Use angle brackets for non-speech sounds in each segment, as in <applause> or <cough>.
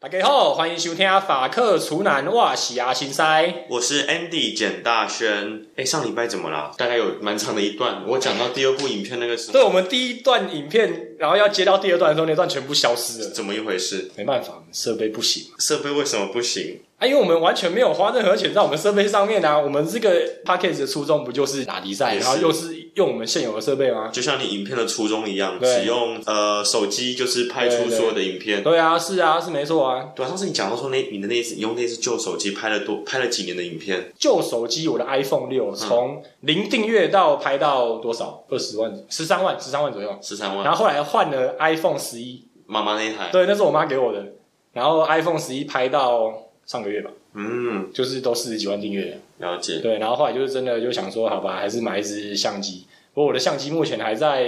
大家好，欢迎收听法克厨男哇喜牙新塞。我是 Andy 简大轩。哎，上礼拜怎么啦？大概有蛮长的一段，我讲到第二部影片那个时候，对我们第一段影片，然后要接到第二段的时候，那段全部消失了。怎么一回事？没办法，设备不行设备为什么不行？啊，因为我们完全没有花任何钱在我们设备上面啊。我们这个 p a c k a g e 的初衷不就是打比赛，也是然后又是用我们现有的设备吗？就像你影片的初衷一样，对只用呃手机就是拍对出对所有的影片。对啊，是啊，是没错啊。对啊，上次你讲到说那你的那一次，你用那只旧手机拍了多拍了几年的影片，旧手机我的 iPhone 六，从零订阅到拍到多少？二十万、十三万、十三万左右。十三万。然后后来换了 iPhone 十一，妈妈那一台， <laughs> 对，那是我妈给我的。然后 iPhone 十一拍到上个月吧。嗯，就是都四十几万订阅，了解。对，然后后来就是真的就想说，好吧，还是买一支相机。不过我的相机目前还在，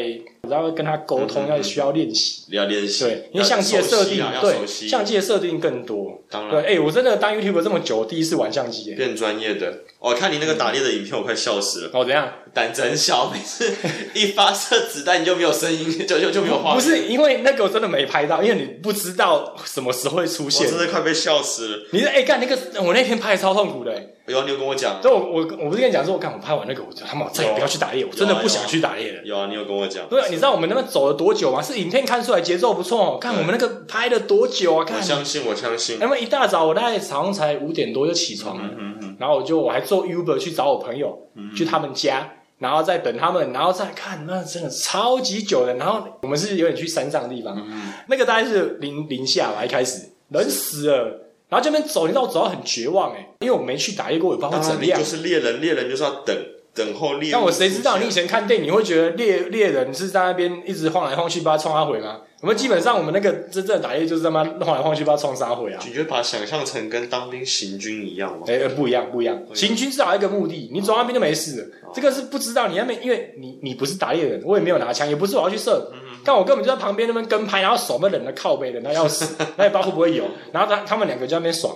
我要跟他沟通，嗯嗯嗯要需要练习。要练习，对，因为相机的设定，要熟悉啊要熟对，悉嗯相机的设定更多。当对，然哎、我真的当 YouTube 这么久，第一次玩相机耶。变专业的。我、看你那个打猎的影片，我快笑死了。哦，怎样？胆子很小，每次一发射子弹你就没有声音，就就就没有画面。不是因为那个我真的没拍到，因为你不知道什么时候会出我现真。的快被笑死了。你是哎干、那个，我那天拍得超痛苦的、欸。有啊，你有跟我讲啊，所以我我我不是跟你讲说，我干我拍完那个，我就他妈我再也不要去打猎，我真的有啊不想有啊去打猎了。有啊，你有跟我讲。对啊，你知道我们那边走了多久吗？是影片看出来节奏不错哦。看对我们那个拍了多久啊？我看，相信，我相信。那么一大早我大概好像才五点多就起床了，嗯嗯嗯，然后我就我还坐 Uber 去找我朋友，去他们家，然后再等他们，然后再看，那真的超级久的。然后我们是有点去山上的地方，嗯那个大概是零零下吧，一开始人死了。然后这边走，你知道我走到很绝望哎、因为我没去打猎过，我也不知道当会然怎你样就。是猎人，猎人就是要等等候猎物出现。但我谁知道你以前看电影会觉得猎猎人是在那边一直晃来晃去，把他冲啊他毁吗？我们基本上我们那个真正的打猎就是他妈晃来晃去，把他冲杀毁啊。你就把它想象成跟当兵行军一样嘛？哎、呃不一样，不一样。哦行军至少有一个目的，你走到那边就没事了。这个是不知道你那边，因为你你不是打猎人，我也没有拿枪，也不是我要去射，但我根本就在旁边那边跟拍，然后手被冷的靠背冷的要 <laughs> 死，那也不知道会不会有。然后他他们两个就在那边爽，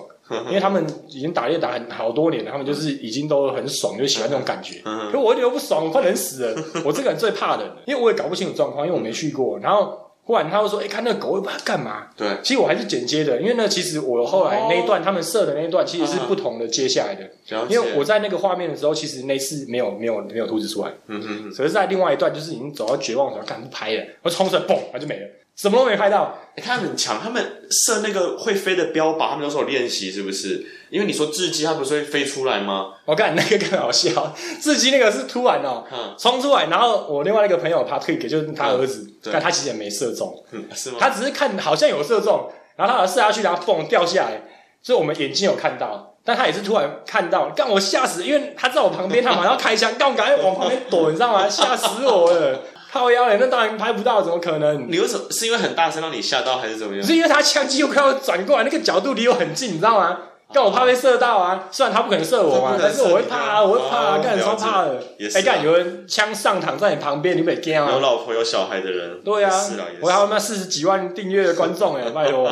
因为他们已经打猎打很好多年了，他们就是已经都很爽，就喜欢这种感觉。嗯可我一点都不爽，我快冷死了。我这个人最怕冷，因为我也搞不清楚状况，因为我没去过。然后忽然他会说：“哎、看那个狗，我也不知道它干嘛。”对，其实我还是剪接的，因为呢，其实我后来那一段、他们射的那一段其实是嗯不同的接下来的，了解。因为我在那个画面的时候，其实那次没有没有没有兔子出来，嗯哼哼，可是在另外一段就是已经走到绝望的时候，看不拍了，我冲出来嘣，它就没了，什么都没拍到。哎他们很强，他们射那个会飞的标靶，他们都是有练习，是不是？因为你说雉鸡，它不是会飞出来吗？我看那个更好笑，自己那个是突然哦、嗯冲出来，然后我另外那个朋友他退给就是他儿子，对但他其实也没射中，嗯是吗？他只是看好像有射中，然后他好像射下去，然后嘣掉下来，所以我们眼睛有看到，但他也是突然看到，干我吓死，因为他在我旁边，他马上要开枪，干我赶 <laughs> 快往旁边躲，你知道吗？吓死我了，靠腰嘞，那当然拍不到，怎么可能？你为什么是因为很大声让你吓到，还是怎么样？是因为他枪击又快要转过来，那个角度离我很近，你知道吗？干我怕被射到啊！虽然他不可能射我嘛，但他不可能是我射你啊会怕啊，我会怕啊，哦干了解超怕的也。是哎，啊干有人枪上膛在你旁边，你被惊有啊！老婆有小孩的人，对啊也是啦，也，是我还有那四十几万订阅的观众哎，拜托，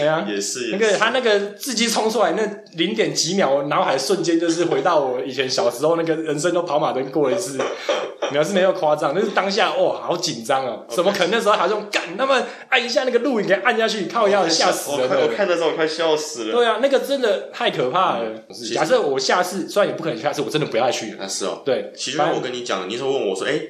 哎呀，也是，那也个是他那个自己冲出来那零点几秒，我脑海瞬间就是回到我以前小时候那个人生都跑马灯过一次，描是没有夸张，但是当下哇好紧张哦，怎么可能那时候还用干？那么按一下那个录影给按下去，靠腰吓死我人快我了。看的时候我快笑死了。对啊，那个真的太可怕了。嗯实假设我下次，虽然也不可能下次，我真的不要去了。那是哦，对，其实我跟你讲，你那时候问我说，哎、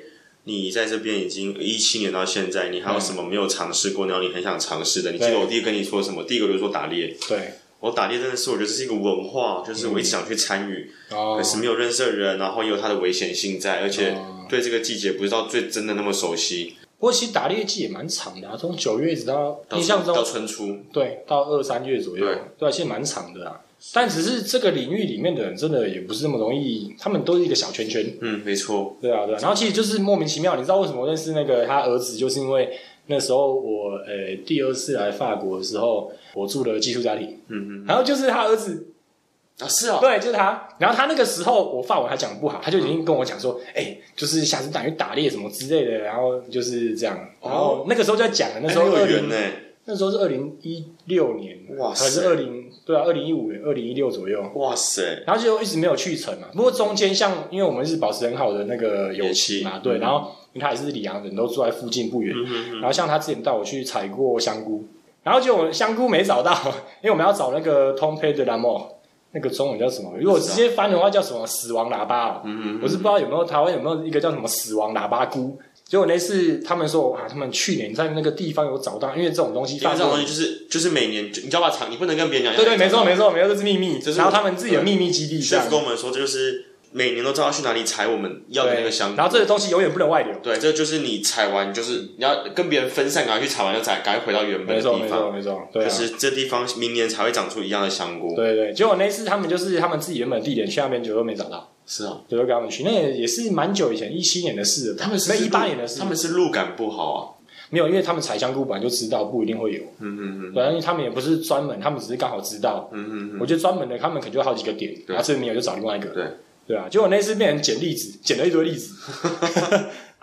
你在这边已经一七年到现在，你还有什么没有尝试过，然后你很想尝试的？你记得对我第一个跟你说什么？第一个就是说打猎，对我打猎真的是我觉得这是一个文化，就是我一直想去参与，哦可，是没有认识的人，然后也有它的危险性在，而且哦对这个季节不知道最真的那么熟悉。不过其实打猎季也蛮长的啊，从九月一直到到印象中到春初，对，到二三月左右对，对，其实蛮长的啊。但只是这个领域里面的人真的也不是那么容易，他们都是一个小圈圈，嗯，没错，对啊，对啊。然后其实就是莫名其妙，你知道为什么我认识那个他儿子，就是因为那时候我呃第二次来法国的时候，我住的寄宿家庭，嗯嗯，然后就是他儿子啊是哦，对，就是他。然后他那个时候我法文还讲不好，他就已经跟我讲说，哎、就是下次打去打猎什么之类的，然后就是这样。然哦后那个时候就在讲了，那时候哎很二有零、缘呢、那时候是二零一六年，哇塞还是二零对啊，二零一五年、二零一六左右。哇塞，然后就一直没有去成啊嘛。不过中间像，因为我们是保持很好的那个友情嘛，友情对。然后因为他也是里昂人，都住在附近不远。嗯哼哼然后像他之前带我去采过香菇，然后结果香菇没找到，因为我们要找那个 Tom Pay 的 l a m o 那个中文叫什么？如果直接翻的话叫什么？死亡喇叭、哦。嗯嗯，我是不知道有没有台湾有没有一个叫什么死亡喇叭菇。结果那次他们说啊，他们去年在那个地方有找到，因为这种东西因为发这生种东西就是就是每年，你知道吧？厂你不能跟别人讲。对对，没错没错没错，这是秘密这，是然后他们自己的秘密基地这样 Chef 跟我们说，这就是每年都知道去哪里采我们要的那个香菇然。后这个东西永远不能外流。对，这就是你采完，就是你要跟别人分散，赶快去采完就采，赶快回到原本没的错地没方。错没错，对可啊，是这地方明年才会长出一样的香菇。对对。结果那次他们就是他们自己原本的地点去那边，结果没找到，是啊，结果跟他们去，那也是蛮久以前，一七年的事了吧，他们是没一八年的事他，们是路感不好啊。没有，因为他们采香菇本来就知道不一定会有，嗯嗯嗯对啊，因为他们也不是专门，他们只是刚好知道。嗯嗯嗯，我觉得专门的他们可能就好几个点，然后这个没有就找另外一个，对对啊。结果那次变成捡例子， <laughs> 捡了一堆例 <laughs> 子，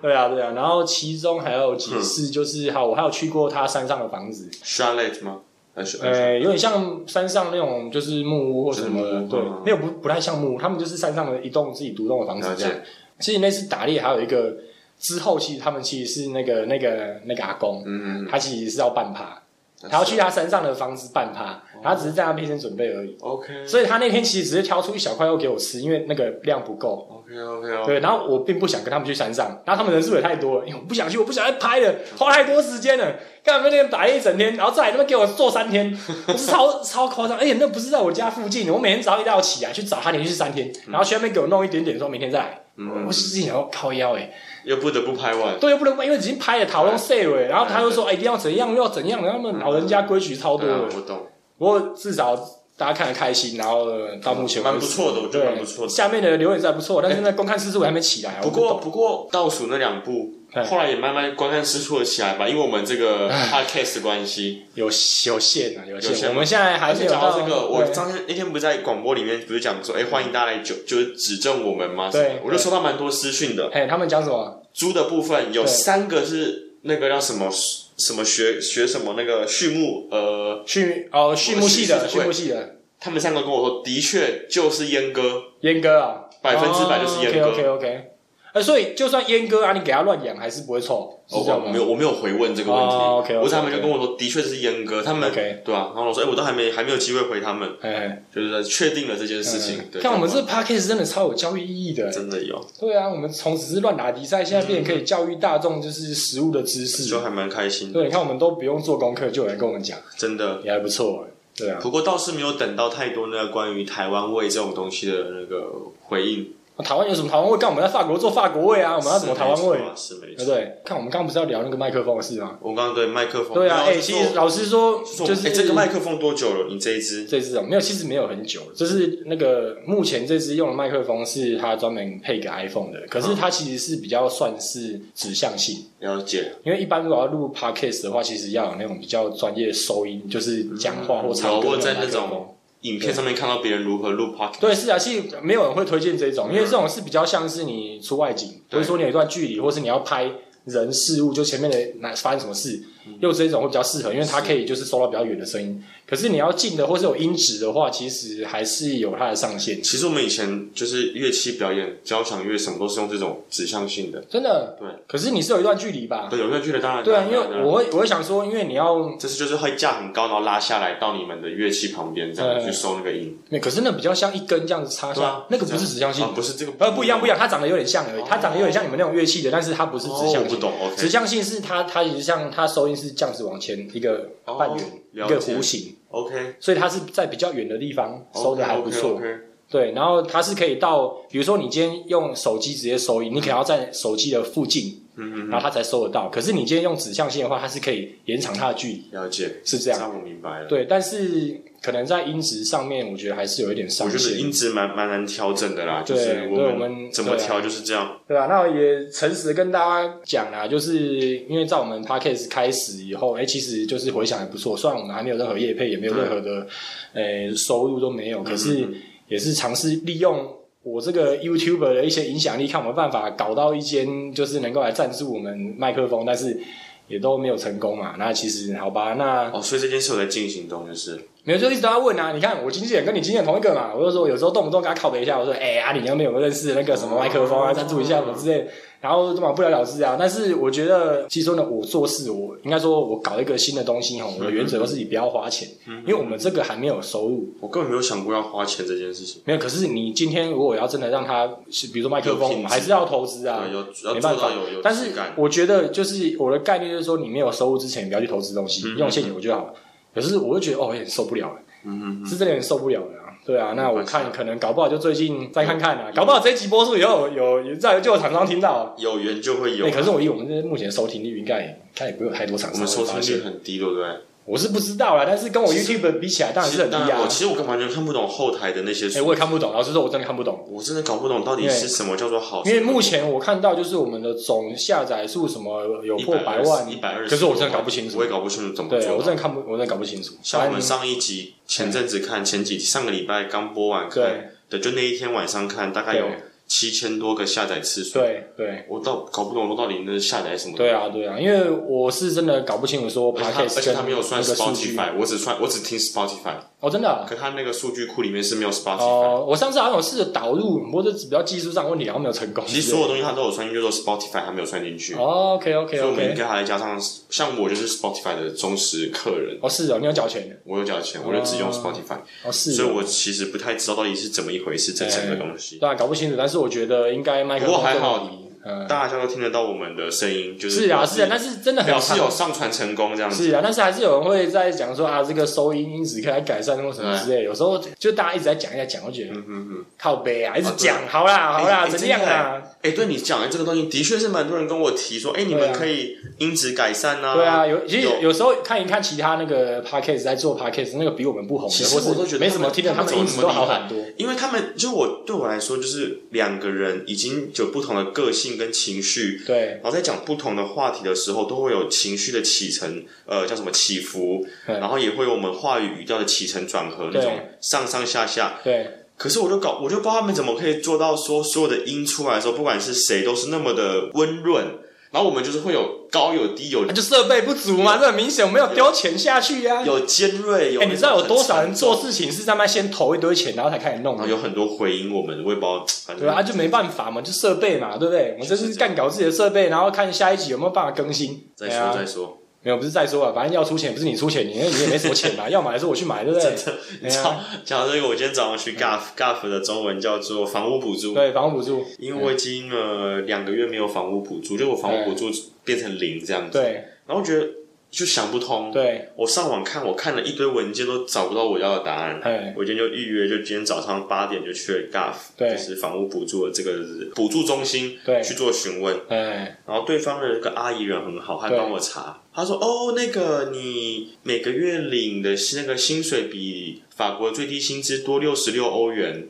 对啊对啊。然后其中还有几嗯次就是，好，我还有去过他山上的房子， Charlotte 吗？还是呃，有点像山上那种就是木屋或什么就是的，木屋对嗯，没有不不太像木屋，他们就是山上的一栋自己独栋的房子了这样解。。其实那次打猎还有一个之后，其实他们其实是那个那个那个阿公，嗯嗯他其实是要办趴，他要去他山上的房子办趴，哦他只是在那边先准备而已。 OK 所以他那天其实只是挑出一小块肉给我吃，因为那个量不够。 OK OK OK。对，然后我并不想跟他们去山上，然后他们人数也太多了，因为我不想去，我不想再拍了，花太多时间了。干嘛那天打一整天，然后再来那边给我做三 <laughs> 天，我是超超夸张。而且哎那不是在我家附近，我每天早上一大早起来去找他，连续三天，然后去那边给我弄一点点，说明天再来。嗯我是自己想要靠腰哎、又不得不拍完。对，又不能因为已经拍了讨论碎了欸，然后他又说、哎一定要怎样，又要怎样，然后他们老人家规矩超多对的。啊，我懂。不过至少大家看得开心，然后呃到目前为止蛮不错的我觉得蛮不错的哎对下面的留言是还不错，但是那观看次数还没起来啊。不我过懂不过倒数那两部哎，后来也慢慢观看吃醋了起来吧，因为我们这个哎 podcast 关系。有有限啊，有有限限。我吗们现在还而没且有讲到到这个，我对当天那天不是在广播里面不是讲说，哎，欢迎大家来就就是指正我们吗？对什么的我就收到蛮多私讯的。嘿，他们讲什么？猪的部分有对三个是那个叫什么什么学学什么那个畜牧呃，畜哦，畜牧系我的，是畜畜牧牧系的，他们三个跟我说，的确就是阉割，阉割啊，百分之百就是阉割 OK OK OK。呃，所以就算阉割啊，你给它乱养还是不会臭，是这哦，样我吗没？有，我没有回问这个问题。哦，OK，OK，OK 我是他们就跟我说，的确是阉割，他们 OK 对啊。然后我说，哎、我都还没还没有机会回他们，嘿嘿就是确定了这件事情。嗯对，看我们这这 podcast 真的超有教育意义的，欸真的有，对啊，我们从只是乱打比赛，现在变成可以教育大众就是食物的知识，就还蛮开心的，对，你看我们都不用做功课，就有人跟我们讲，真的。也还不错。对啊，不过倒是没有等到太多那个关于台湾味这种东西的那个回应。台湾有什么台湾味？干我们在法国做法国味啊，我们要怎么台湾味？是对没错啊？是没哦不错。对？看我们刚刚不是要聊那个麦克风的事吗？我刚刚对麦克风，对啊，没有哎，其实老实说，说就是哎这个麦克风多久了？你这一支这支哦，没有，其实没有很久，就是那个目前这支用的麦克风是它专门配给 iPhone 的，可啊是它其实是比较算是指向性，了解，因为一般如果要录 podcast 的话，其实要有那种比较专业收音，就是讲话或嗯有唱歌我的在麦那克种风。影片上面看到别人如何录 podcast，对，是啊，其实没有人会推荐这种，因为这种是比较像是你出外景，对或者说你有一段距离，或是你要拍人事物，就前面嗯的哪发生什么事，又这种会比较适合，因为它可以就是收到比较远的声音。可是你要近的或是有音质的话，其实还是有它的上限。其实我们以前就是乐器表演、交响乐什么都是用这种指向性的。真的，对。可是你是有一段距离吧？对，有乐器的当然对啊，当因然为当然我会我会想说，因为你要，这是就是会架很高，然后拉下来到你们的乐器旁边，这样嗯去收那个音。可是那比较像一根这样子插对啊上，，那个不是指向性啊，，不是这个，呃，不一样不一样，样，它长得有点像而已，它长得有点像你们那种乐器的，但是它不是指哦，我向不性。懂，OK，指向性是它，它也是像它收音是这样子往前一个半圆、哦一个了解弧形， ，OK，所以它是在比较远的地方收的还不错。 OK，OK，OK，对，然后它是可以到，比如说你今天用手机直接收音，你可能要在手机的附近，嗯嗯，然后它才收得到。可是你今天用指向性的话，它是可以延长它的距离，了解，是这样。样我明白了。对，但是可能在音质上面，我觉得还是有一点我上觉得限。音质蛮蛮难调整的啦，就对是对我我们怎么对啊调就是这样。对啊，那也诚实地跟大家讲啦，就是因为在我们 podcast 开始以后，哎、其实就是回响还不错，虽然我们还没有任何业配，也没有任何的，呃、收入都没有，可是也是尝试利用我这个 YouTuber 的一些影响力，看有没有办法搞到一间就是能够来赞助我们麦克风，但是也都没有成功嘛。那其实好吧，那哦，所以这件事我在进行中，就是没有就一直都在问啊。你看我经纪人跟你经纪人同一个嘛，我就说有时候动不动跟他靠北一下，我说哎、啊，你有没有认识那个哦什么麦克风啊，赞助一下什么之类的，然后都嘛不了了之啊。但是我觉得，其实说呢，我做事我应该说我搞一个新的东西哈，我的原则都是你不要花钱，嗯因为我们这个还没有收入。我根本没有想过要花钱这件事情。没有，可是你今天如果要真的让他，是比如说麦克风，有我品质们还是要投资啊对，。有要没做办法到有有但质是感我觉得，就是我的概念就是说，你没有收入之前，你不要去投资东西，嗯用现有就好了。可是我就觉得，哦，有点受不了了，嗯嗯是真的有点受不了了啊。对啊，那我没关系看可能搞不好就最近再看看啊，搞不好这一集播出以后，有有再就有厂商听到啊。嗯，有缘就会有对，。可是我以我们这目前收听率，应该也看也不会有太多厂我商们收会听发率现。很低，对不对？我是不知道啦，但是跟我其实 YouTube 比起来，当然其是实很低当然啊我。其实我根本完全看不懂后台的那些哎，数，我也看不懂，老实说，我真的看不懂。我真的搞不懂到底因为哦是什么叫做好。因为目前我看到就是我们的总下载数什么有破百万，一百二十，可是我真的搞不清楚我也搞不清楚怎么对做我到。真的看不，我真的搞不清楚。像我们反正上一集前阵子看，前几上个礼拜刚播完看，对对，就那一天晚上看，大概有对七千多个下载次数。对对我到搞不懂我到底那下载什么。对，啊对啊，因为我是真的搞不清楚说而且他 podcast 而且他没有算跟那个数据 Spotify，我只算我只听 Spotify，哦，真的啊可他那个数据库里面是没有 Spotify。哦，我上次好像有试着导入，不过这只比较技术上的问题，然后没有成功。其实所有东西他都有算进去，就说 Spotify 还没有算进去。哦，OK OK 所以我们应 OK，该还加上，像我就是 Spotify 的忠实客人，哦是哦，你有缴钱的，我有交钱，我就只用 Spotify，、哦是哦，所以我其实不太知道到底是怎么一回事，这整个东西。当啊然搞不清楚，但是我觉得应该麦克不风过还好更低，嗯，大家都听得到我们的声音，就是啊是啊，表但是真的示很表示有上传成功这样子。是啊，但是还是有人会在讲说啊，这个收音音质可以来改善或什么之类的。有时候就大家一直在讲一直在讲，我觉得哎嗯嗯嗯。靠背啊，一直啊对讲，好啦好啦，哎怎样啊？哎、对你讲的这个东西，的确是蛮多人跟我提说，哎、你们对啊可以音质改善呐、对啊，有其实有有时候看一看其他那个 podcast 在做 podcast，那个比我们不红的，其实或是我都觉得没什么听的，他们们音质都好很多。因为他们就我对我来说，就是两个人已经有不同的个性跟情绪，对，然后在讲不同的话题的时候，都会有情绪的起承，呃，叫什么起伏，对然后也会有我们话语语调的起承转合那对种上上下下。对，可是我就搞，我就不知道他们怎么可以做到说所有的音出来的时候，不管是谁都是那么的温润，然后我们就是会有高有低，有那 <laughs> 就设备不足嘛，这很明显，我没有丢钱下去啊。有尖锐，有哎，你知道有多少人做很事情是他妈先投一堆钱，然后才开始弄沉重，然的后？有很多回应我们，我也不知道，反对啊，正啊就没办法嘛，就设备嘛，对不对？我们这就是是这样干搞自己的设备，然后看下一集有没有办法更新。再对啊说再说。没有，不是再说啊，反正要出钱，不是你出钱，你你也没什么钱嘛，要买还是我去买，对不对？啊嗯你知道， <laughs> 讲到这个，我今天早上去 GAF GAF 的中文叫做房屋补助，对，房屋补助，因为我已经呃两个月没有房屋补助，就我房屋补助变成零这样子，对然后觉得就想不通。对，我上网看，我看了一堆文件都找不到我要的答案。哎，我今天就预约，就今天早上八点就去了 GAF，对就是房屋补助的这个补助中心对去做询问，哎，然后对方的那个阿姨人很好，还对帮我查。她说：“哦，那个你每个月领的是那个薪水比法国最低薪资多六十六 <laughs> 欧元。”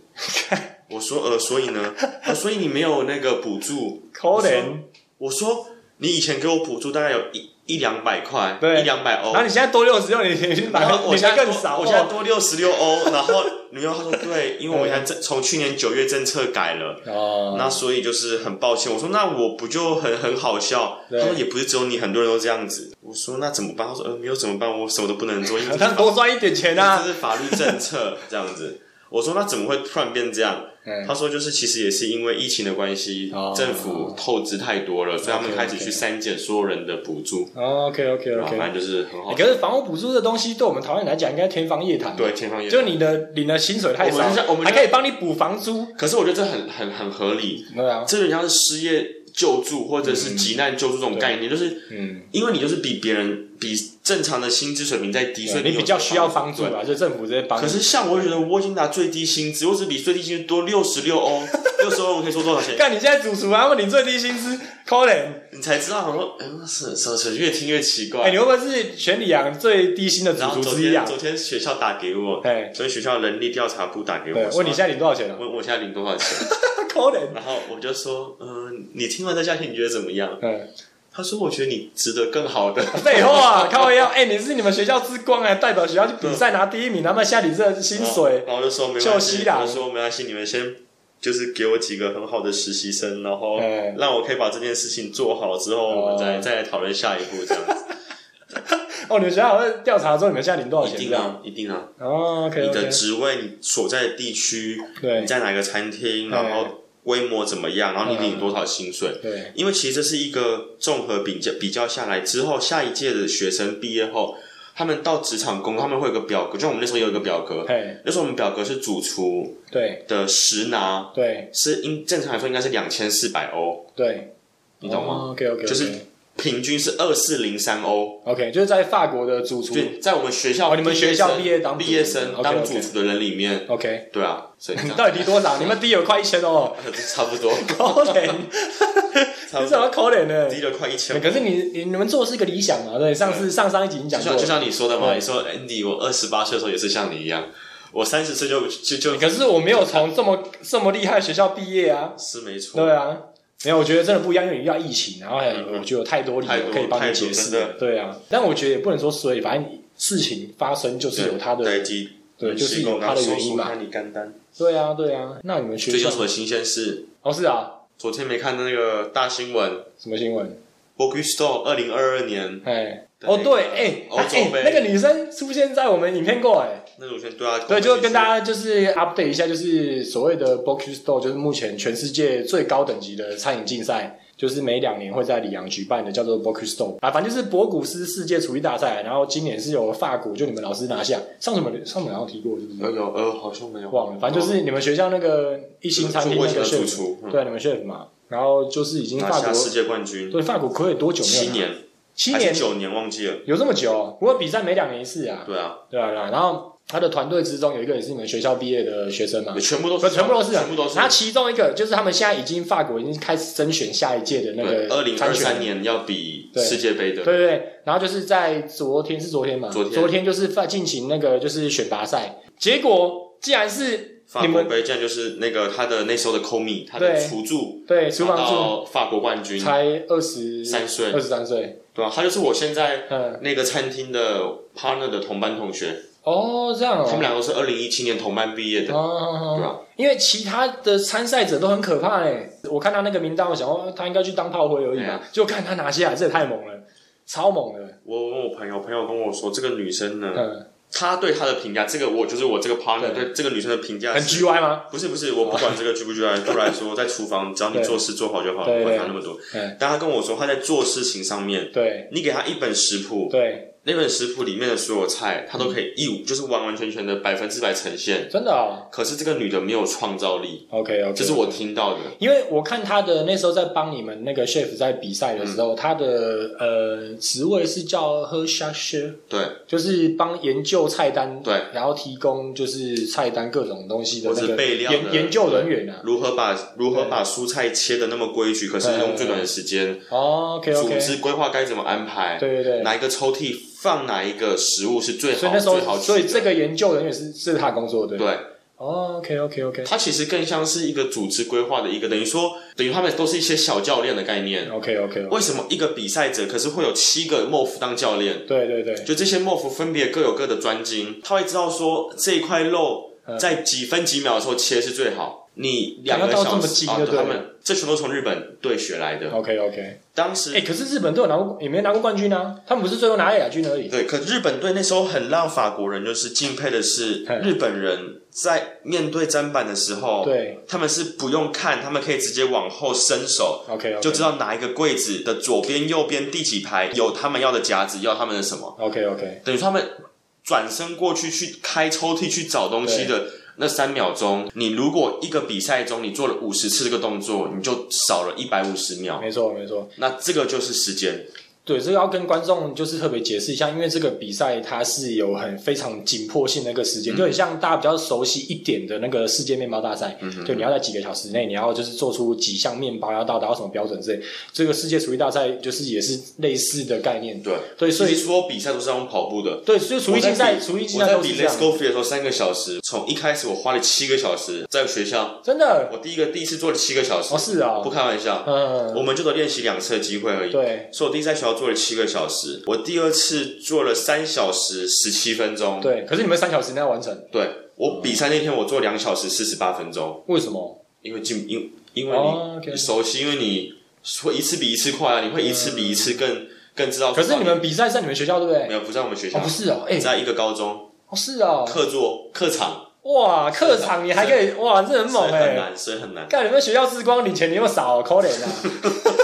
我说：“呃，所以呢？她说所以你没有那个补助？”可怜，我说：“你以前给我补助大概有一一两百块，对一两百欧然后。你现在多六十六，你你买哦然后我你现才在更少，哦多我现在多六十六欧。然后女友她说：“对，因为我现在政从去年九月政策改了。”哦，那所以就是很抱歉，我说那我不就很很好笑？他对说也不是只有你，很多人都这样子。我说那怎么办？他说呃没有怎么办，我什么都不能 <laughs> 做，因为那多赚一点钱啊，这是法律政策这样子。我说那怎么会突然变这样？嗯他说就是其实也是因为疫情的关系哦，政府透支太多了，所以他们 OK，OK 开始去删减所有人的补助， ，OK OK 然后 OK，反正就是很好欸可。是房屋补助这东西对我们台湾人来讲，应该天方夜谭，，对，天方夜就你的领的薪水太我少们就像我，们就还可以帮你补房租，可是我觉得这很很很合理，对啊，这就像是失业救助或者是急难救助这种概念，就是嗯，因为你就是比别人比正常的薪资水平在低，所以你有比较需要帮助对吧，就政府这些帮助可。是像我就觉得我已经拿最低薪资，我只比最低薪资多六十六欧， <laughs> 六十欧我可以做多少钱？干，你现在主厨啊，他们领最低薪资，可怜。你才知道，我说，哎，是是是，越听越奇哎、怪。你会不会是全里昂最低薪的然主后厨昨之一天啊？昨天学校打给我，哎，所以学校人力调查部打给对我，，问你现下，在领多少钱啊？问我现在领多少钱？ <laughs> 可能，然后我就说，嗯，你听完这价钱你觉得怎么样？嗯，他说，我觉得你值得更好的。废话，靠腰，哎、你是你们学校之光哎，代表学校去比赛拿第一名，他们现在领这个薪水，然哦后我就说没就关系西，啦我说没关系，你们先就是给我几个很好的实习生，然后哎让我可以把这件事情做好之后，我们再哦再来讨论下一步这样子。哦，你们学校好像调查之后，你们现在领多少一钱？定这样啊，一定啊。哦，OK 你的 OK，职位、你所在的地区、你对哎嗯在哪个餐对厅，然后规模怎么样，然后你领多少薪水。对，因为其实这是一个综合比较比较下来之后，下一届的学生毕业后，他们到职场工作，他们会有个表格，就像我们那时候有一个表格，嘿，那时候我们表格是主厨对的实拿对是应正常来说应该是两千四百欧，对，哦你懂吗？ ？OK OK，就是平均是二四零三欧， OK，就是在法国的主厨所以在我们学校哦你们学校毕毕业业当生主厨毕业生 OK，OK 当主厨的人里面， OK，对啊，所以这你样到底低多少？你们低有快一千哦， <laughs> 差不多，可怜，差你不怎多么可怜呢？低了快一千。可是你你你们做的是一个理想嘛？对，上次上上一集已经就讲过像了就，像你说的嘛，对你说 Andy，我二十八岁的时候也是像你一样，我三十岁就就就可是我没有从这么这么厉害的学校毕业啊。是没错，对啊，没有，我觉得真的不一样，因为遇到疫情，然后还有嗯我觉得有太多理太多由可以帮太你多解释真的。对啊，但我觉得也不能说所以，反正事情发生就是有它的对，机对，就是有它的原因嘛。看你干单。对啊，对啊。那你们学最近校有什么新鲜事？哦是啊，昨天没看到那个大新闻什么新闻？ ，Bogus Store 二零二二年哎，的哦那个对，哎欧哎洲哎，那杯个女生出现在我们影片过哎。那鲁轩对啊，对，就跟大家家就是 update 一下，就是所谓的 b o k u Store，就是目前全世界最高等级的餐饮竞赛，就是每两年会在里昂举办的，叫做 b o k u Store 啊，反正就是博古斯世界厨艺大赛，然后今年是由法国，就你们老师拿下，上次我们上次好像提过，是不有是？有呃，好像没有，忘了，反正就是你们学校那个一星餐厅就我那以前个的主 chef，厨，嗯对，你们 chef 嘛，然后就是已经拿法下国世界冠军，对法国可以多久没七有拿？年七还是年九年忘记了，有这么久？不过比赛每两年一次啊，对啊，对啊，对啊然后他的团队之中有一个也是你们学校毕业的学生嘛，全部都不是，全部都是啊，全部都是那。其中一个就是他们现在已经法国已经开始甄选下一届的那对，个二零二参选三，年要比对世界杯对的，对对。然后就是在昨天是昨天嘛，昨天就是在进行那个就是选拔赛，结果竟然是法你国们杯这样就是那个他的那时候的 c o m i 他的对厨助对厨房拿到法国冠军助，才二十三岁二，十三岁，对啊，他就是我现在嗯，那个餐厅的 partner 的同班同学，哦这样哦，他们俩都是二零一七年同班毕业的，哦哦对哦，吧？因为其他的参赛者都很可怕嘞，我看他那个名单，我想哦他应该去当炮灰而已哎嘛呀，就看他拿下来，这也太猛了，超猛的，我问我朋友，朋友跟我说，这个女生呢，嗯，他对她的评价，这个我就是我这个 partner 对这个女生的评价很是， G Y 吗？不是不是，我不管这个 G 不 G 来，对我来说，在厨房只要你对做事做好就 <laughs> 好，对嗯不管对他那么多对。但他跟我说，他在做事情上面，对你给他一本食谱，对，那本食谱里面的所有菜，他都可以一五就是完完全全的百分之百呈现。真的、哦、可是这个女的没有创造力， ，OK OK，这是我听到的。因为我看他的那时候在帮你们那个 chef 在比赛的时嗯候，他的呃职位是叫 h e r s h a c h e 对就是帮研究菜单，对，然后提供就是菜单各种东西的或那者个备料的研研究人员啊。如何把如何把蔬菜切的那么规矩，可是用最短的时间，哦，OK 组 OK，织规划该怎么安排，对对对，哪一个抽屉放哪一个食物是最所以好那时最好候，取所以的这个研究人员是是他工作对。对，哦，OK OK OK 它其实更像是一个组织规划的一个，等于说等于他们都是一些小教练的概念。 OK OK，为什么一个比赛者可是会有七个 MOF 当教练？对对对，就这些 MOF 分别各有各的专精，他会知道说这一块肉嗯在几分几秒的时候切是最好。你两个要到这小么时精啊，就对对他了们这全都从日本队学来的。 OK OK，当时哎、可是日本队有拿过，也没拿过冠军啊，他们不是最后拿亚军而已。对，可日本队那时候很让法国人就是敬佩的是，嗯日本人在面对砧板的时候，对他们是不用看，他们可以直接往后伸手， ，OK OK，就知道哪一个柜子的左边、右边第几排有他们要的夹子，要他们的什么。 OK OK，等于说他们转身过去去开抽屉去找东西的那三秒钟，你如果一个比赛中你做了五十次这个动作，你就少了一百五十秒，没错没错，那这个就是时间。对，这个要跟观众就是特别解释一下，因为这个比赛它是有很非常紧迫性的一个时间，嗯就很像大家比较熟悉一点的那个世界面包大赛，嗯就你要在几个小时内，你要就是做出几项面包要到达到什么标准之类，这个世界厨艺大赛就是也是类似的概念，对，对，所其以实说比赛都是要用跑步的。对，所以厨艺竞赛，我在比厨艺竞我赛在都比是 Let's 这 Go 样， Free 的时候，三个小时，从一开始我花了七个小时在学校，真的我第一个第一次做了七个小时哦，是啊不，开玩笑，嗯，我们就得练习两次的机会而已。对所以我第一次在学校做了七个小时，我第二次做了三小时十七分钟。对，可是你们三小时内要完成，对我比赛那天我做两小时四十八分钟，为什么？因为进因因为你哦，OK，你熟悉，因为你会一次比一次快啊，你会一次比一次更更知道嗯可说到底。是你们比赛是在你们学校对不对没？有不在我们学哦，校不，是哦，哎、在一个高中哦是哦，课座课场，哇，客场你还可以，啊哇，这很所猛以哎、很难，所以很难。干你们学校之光领钱你又少，可怜啊！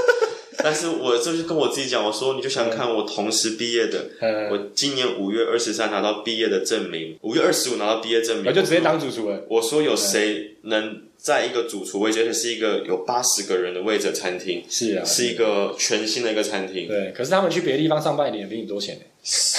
但是我就是跟我自己讲，我说你就想看我同时毕业的， <laughs> 嗯，我今年五月二十三拿到毕业的证明，五月二十五拿到毕业证明，我就直接当主厨了。我说有谁能在一个主厨位置，而且是一个有八十个人的位置的餐厅，是啊，是一个全新的一个餐厅，对，啊可是他们去别的地方上班一定也比你多钱呢、是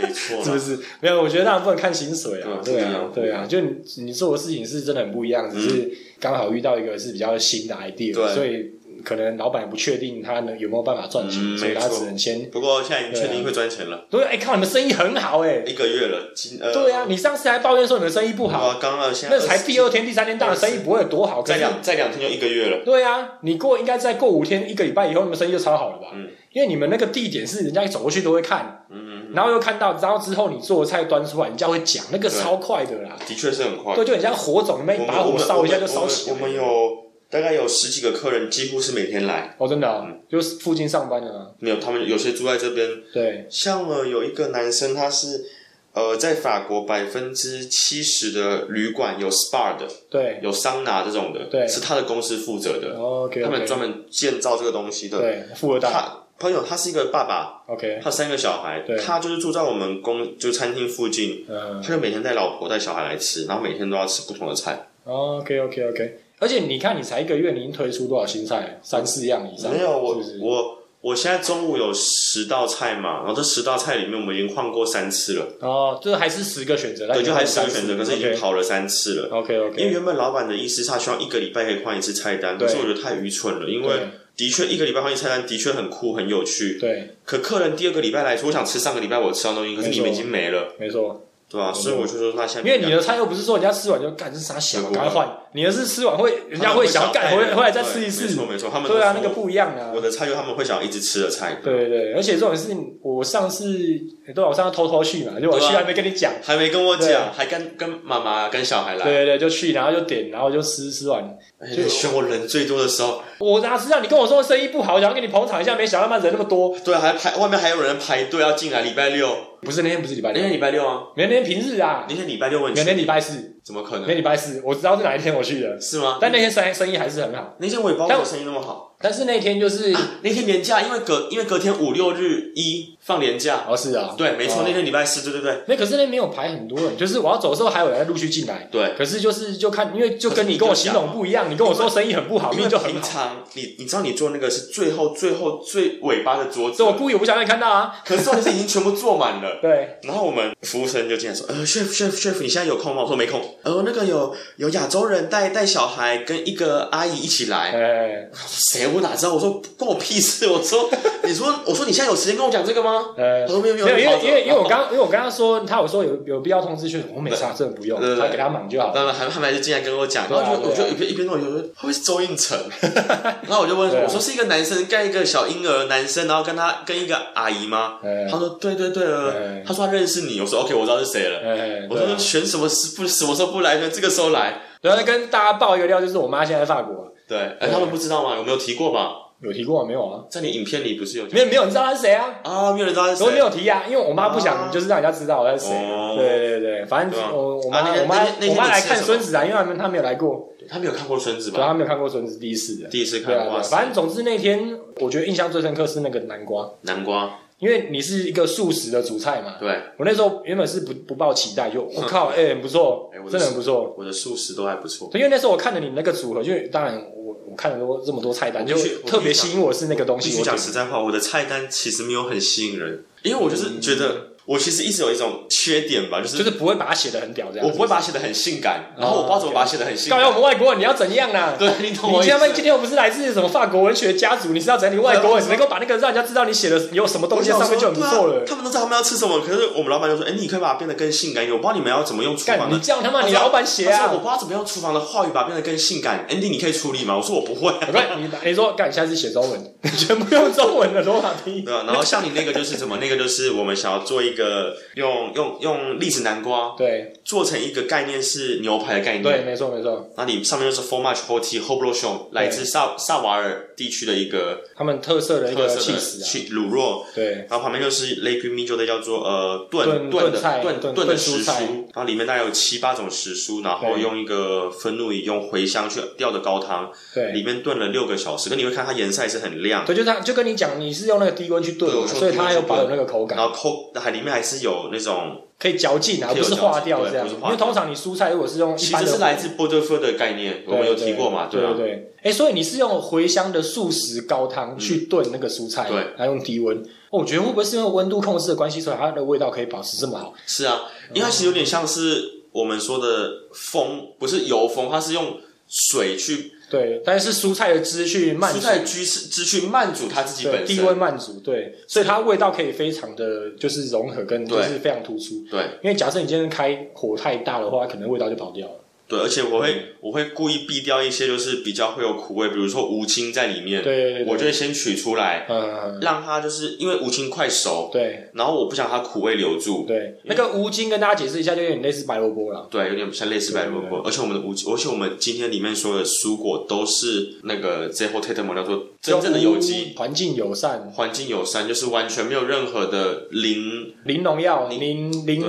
没错 <laughs> 啦是不是？没有，我觉得当然不能看薪水啊，对对不一啊样，嗯对啊，就你你做的事情是真的很不一样，只是刚好遇到一个是比较新的 idea，对所以可能老板也不确定他能有没有办法赚钱，嗯所以他没错只能先。不过现在已经确定会赚钱了，对，哎、靠，你们生意很好哎、一个月了，今呃，对啊，你上次还抱怨说你们生意不好，哇，刚刚现在那才第二天、第三天，当然生意不会有多好，可再是。两再两天就一个月了，对啊，你过应该再过五天、一个礼拜以后，你们生意就超好了吧？嗯因为你们那个地点是人家走过去都会看，嗯，然后又看到，然后之后你做的菜端出来，人家会讲，那个对超快的啦。的确是很快。对，就很像火种，你们我一们把火烧一下就烧起我来。们我们有大概有十几个客人，几乎是每天来，哦，真的、啊，嗯就是附近上班的啊。没有他们有些住在这边，对，像呃有一个男生他是。呃，在法国百分之七十的旅馆有 SPA 的，对有桑拿这种的，对是他的公司负责的， ，OK 他们 OK，专门建造这个东西的。对，富二代他朋友他是一个爸爸， ，OK，他三个小孩对，他就是住在我们公就餐厅附近，嗯他就每天带老婆带小孩来吃，然后每天都要吃不同的菜。 ，OK OK OK。而且你看，你才一个月，你已经推出多少新菜？三四样以上，没有是我不是我我现在中午有十道菜嘛，然后这十道菜里面我们已经换过三次了，哦，就是还是十个选择，对，就还是有选择，可是已经跑了三次了。 OK 因为 OK，原本老板的意思是他希望一个礼拜可以换一次菜单，对可是我觉得太愚蠢了，因为的确一个礼拜换一次菜单的确很酷很有趣，对，可客人第二个礼拜来说，我想吃上个礼拜我吃到的东西，可是你们已经没了，没错，对吧、没错所以我就说那现因在为你的菜又不是说人家吃完就干，这是啥小，赶快换。你的是吃完会，人家会想要干，回来回来再吃一没错次。没错，他们都对啊，那说个不一样啊我。的菜就是他们会想一直吃的菜，对对对，而且这种事情，我上次对啊我上次偷偷去嘛，就我去还没跟你讲。还没跟我对讲，啊还跟跟妈妈跟小孩来，对对对，就去，然后就点，然后就吃吃完。哎就选我人最多的时候，我哪知道你跟我说生意不好，想要给你捧场一下，没想到他妈人那么多。对啊，还排外面还有人排队要进来，礼拜六，不是那天不是礼拜那六，天礼拜六啊，明天平日啊那，天礼拜六问明天去，礼拜四，怎么可明能天礼拜四，我知道是哪一天我去的，是吗？但那天生生意还是很好。那天我也不知道但我生意那么好，但是那天就是，那天年假，因为隔因为隔天五六日一放年假，哦是啊，对，没错，哦那天礼拜四，对对对那可是那没有排很多人，就是我要走的时候还有人在陆续进来。对。可是就是就看，因为就可跟是你你跟我就形讲容不一样，你跟我说生意很不好，因明明为就很平好，常你你知道你坐那个是最后最后最尾巴的桌子所以，我故意我不想让你看到啊。可是重点是已经全部坐满了。对，然后我们服务生就进来说：“呃，chef chef chef，你现在有空吗？”我说：“没空。”呃，那个有有亚洲人带带小孩跟一个阿姨一起来，哎谁我哪知道？我说关我屁事！我说 <laughs> 你说我说你现在有时间跟我讲这个吗？呃 <laughs> 他，说没有没没有，因有，好为因为因为我刚因为我刚刚说他有说有有必要通知去，我没差，真的不用对对，对他给他忙就好。然后还还还是进来跟我讲，对啊然后就我对就啊一边一边跟我讲说会不会是周应成？ <laughs> 然后我就问说对啊我说是一个男生带一个小婴儿男生，然后跟他跟一个阿姨吗？哎他说对对对呃哎他说他认识你，我说 OK，我知道是谁了。哎，我对说啊选什么时不什么时候不来，选这个时候来。然后跟大家爆一个料，就是我妈现在在法国，对，哎，对他们不知道吗？有没有提过吧？有提过吗没有啊？在你影片里不是有没有没有，你知道他是谁啊？啊？没有人知道他是所以没谁。有提啊，因为我妈不啊想就是让人家知道我是谁。哦对对对，反对啊正我我啊妈那天我妈那天那天我妈你来吃看什么孙子啊，因为他们他没有来过。他没有看过孙子对，啊吧？他没有看过孙子第一次的。第一次对啊，看，对哇啊塞，反正总之那天我觉得印象最深刻是那个南瓜，南瓜，因为你是一个素食的主菜嘛。对，我那时候原本是不不抱期待， <laughs> 就我、靠，哎、很不错哎我，的真的很不错。我的素食都还不错。对因为那时候我看了你那个组合，就当然我我看了多这么多菜单，我就必须特别吸引我是那个东必西。须我讲觉实在话，我的菜单其实没有很吸引人，因为我就是觉得我其实一直有一种缺点吧，就得是嗯就是不会把它写的很屌这样。我不会把它写的很性感，然后我不知道怎么把它写的很性告诉我感。们外国人你要怎样啦？对， <laughs> 你懂你我意今天思们今天又不是来自什么法国文学家族，你是要怎样？你外国 <laughs> 人对能够把那个让人家知道你写的有什么东西在上面就很不错对啊了。他们都知道他们要吃什么，可是我们老板就说：“哎、你可以把它变得更性感一点。”我不知道你们要怎么用厨干房你的。叫他妈你老板写他啊说我！不知道怎么用厨房的话语把它变得更性感。Andy，你可以处理吗？我说我 <laughs> 不会、啊。不是你，你说干，你下次 <laughs> 写中文，全部用中文的罗马拼音。对啊，然后像你那个就是什么？那个就是我们想要做一一个用用用栗子南瓜对做成一个概念是牛排的概对，念，没错没错，那你上面就是 f o r m a g e forty h o b l o s h o n 来自萨萨瓦尔地区的一个他们特色的一特个色气的势啊，去卤肉，对，然后旁边就是 lake m i j o 的叫做呃炖炖炖的炖菜炖炖的炖蔬时菜蔬，然后里面大概有七八种时蔬，然后对用一个分怒仪用茴香去吊的高汤，对，里面炖了六个小时，跟你会看它颜色还是很亮，对，就他就跟你讲，你是用那个低温去对炖我嘛，说所以低温它去有保有那炖个口感然，后扣还里面还是有那种，可以嚼劲啊，可不以有是嚼劲化掉对这样。不是化因为通常你蔬菜如果是用一其般实的是来自波德夫的概念，我对们有提过嘛，对啊，对对。哎，所以你是用茴香的素食高汤去炖那个蔬菜，嗯对，还用低温。哦，我觉得会不会是因为温度控制的关系，所以它的味道可以保持这么好？是啊，因为它其实有点像是我们说的风，不是油封，它是用水去对，但是蔬菜的汁去慢蔬煮，菜居汁去慢煮它自己对，本低身，温慢煮，对，所以它味道可以非常的就是融合跟对就是非常突出。对。因为假设你今天开火太大的话，可能味道就跑掉了。对，而且我嗯会我会故意避掉一些就是比较会有苦味，比如说无青在里面，对对对对，我就会先取出来，嗯，让它就是因为无青快熟，对然后我不想它苦味留住，对，那个乌金跟大家解释一下，就有点类似白萝卜啦。对，有点像类似白萝卜，而且我们的无，而且我们今天里面所有的蔬果都是那个 z e h o t e t e m 叫做真正的有机，就无，环境友善，环境友善，就是完全没有任何的零零农药，零零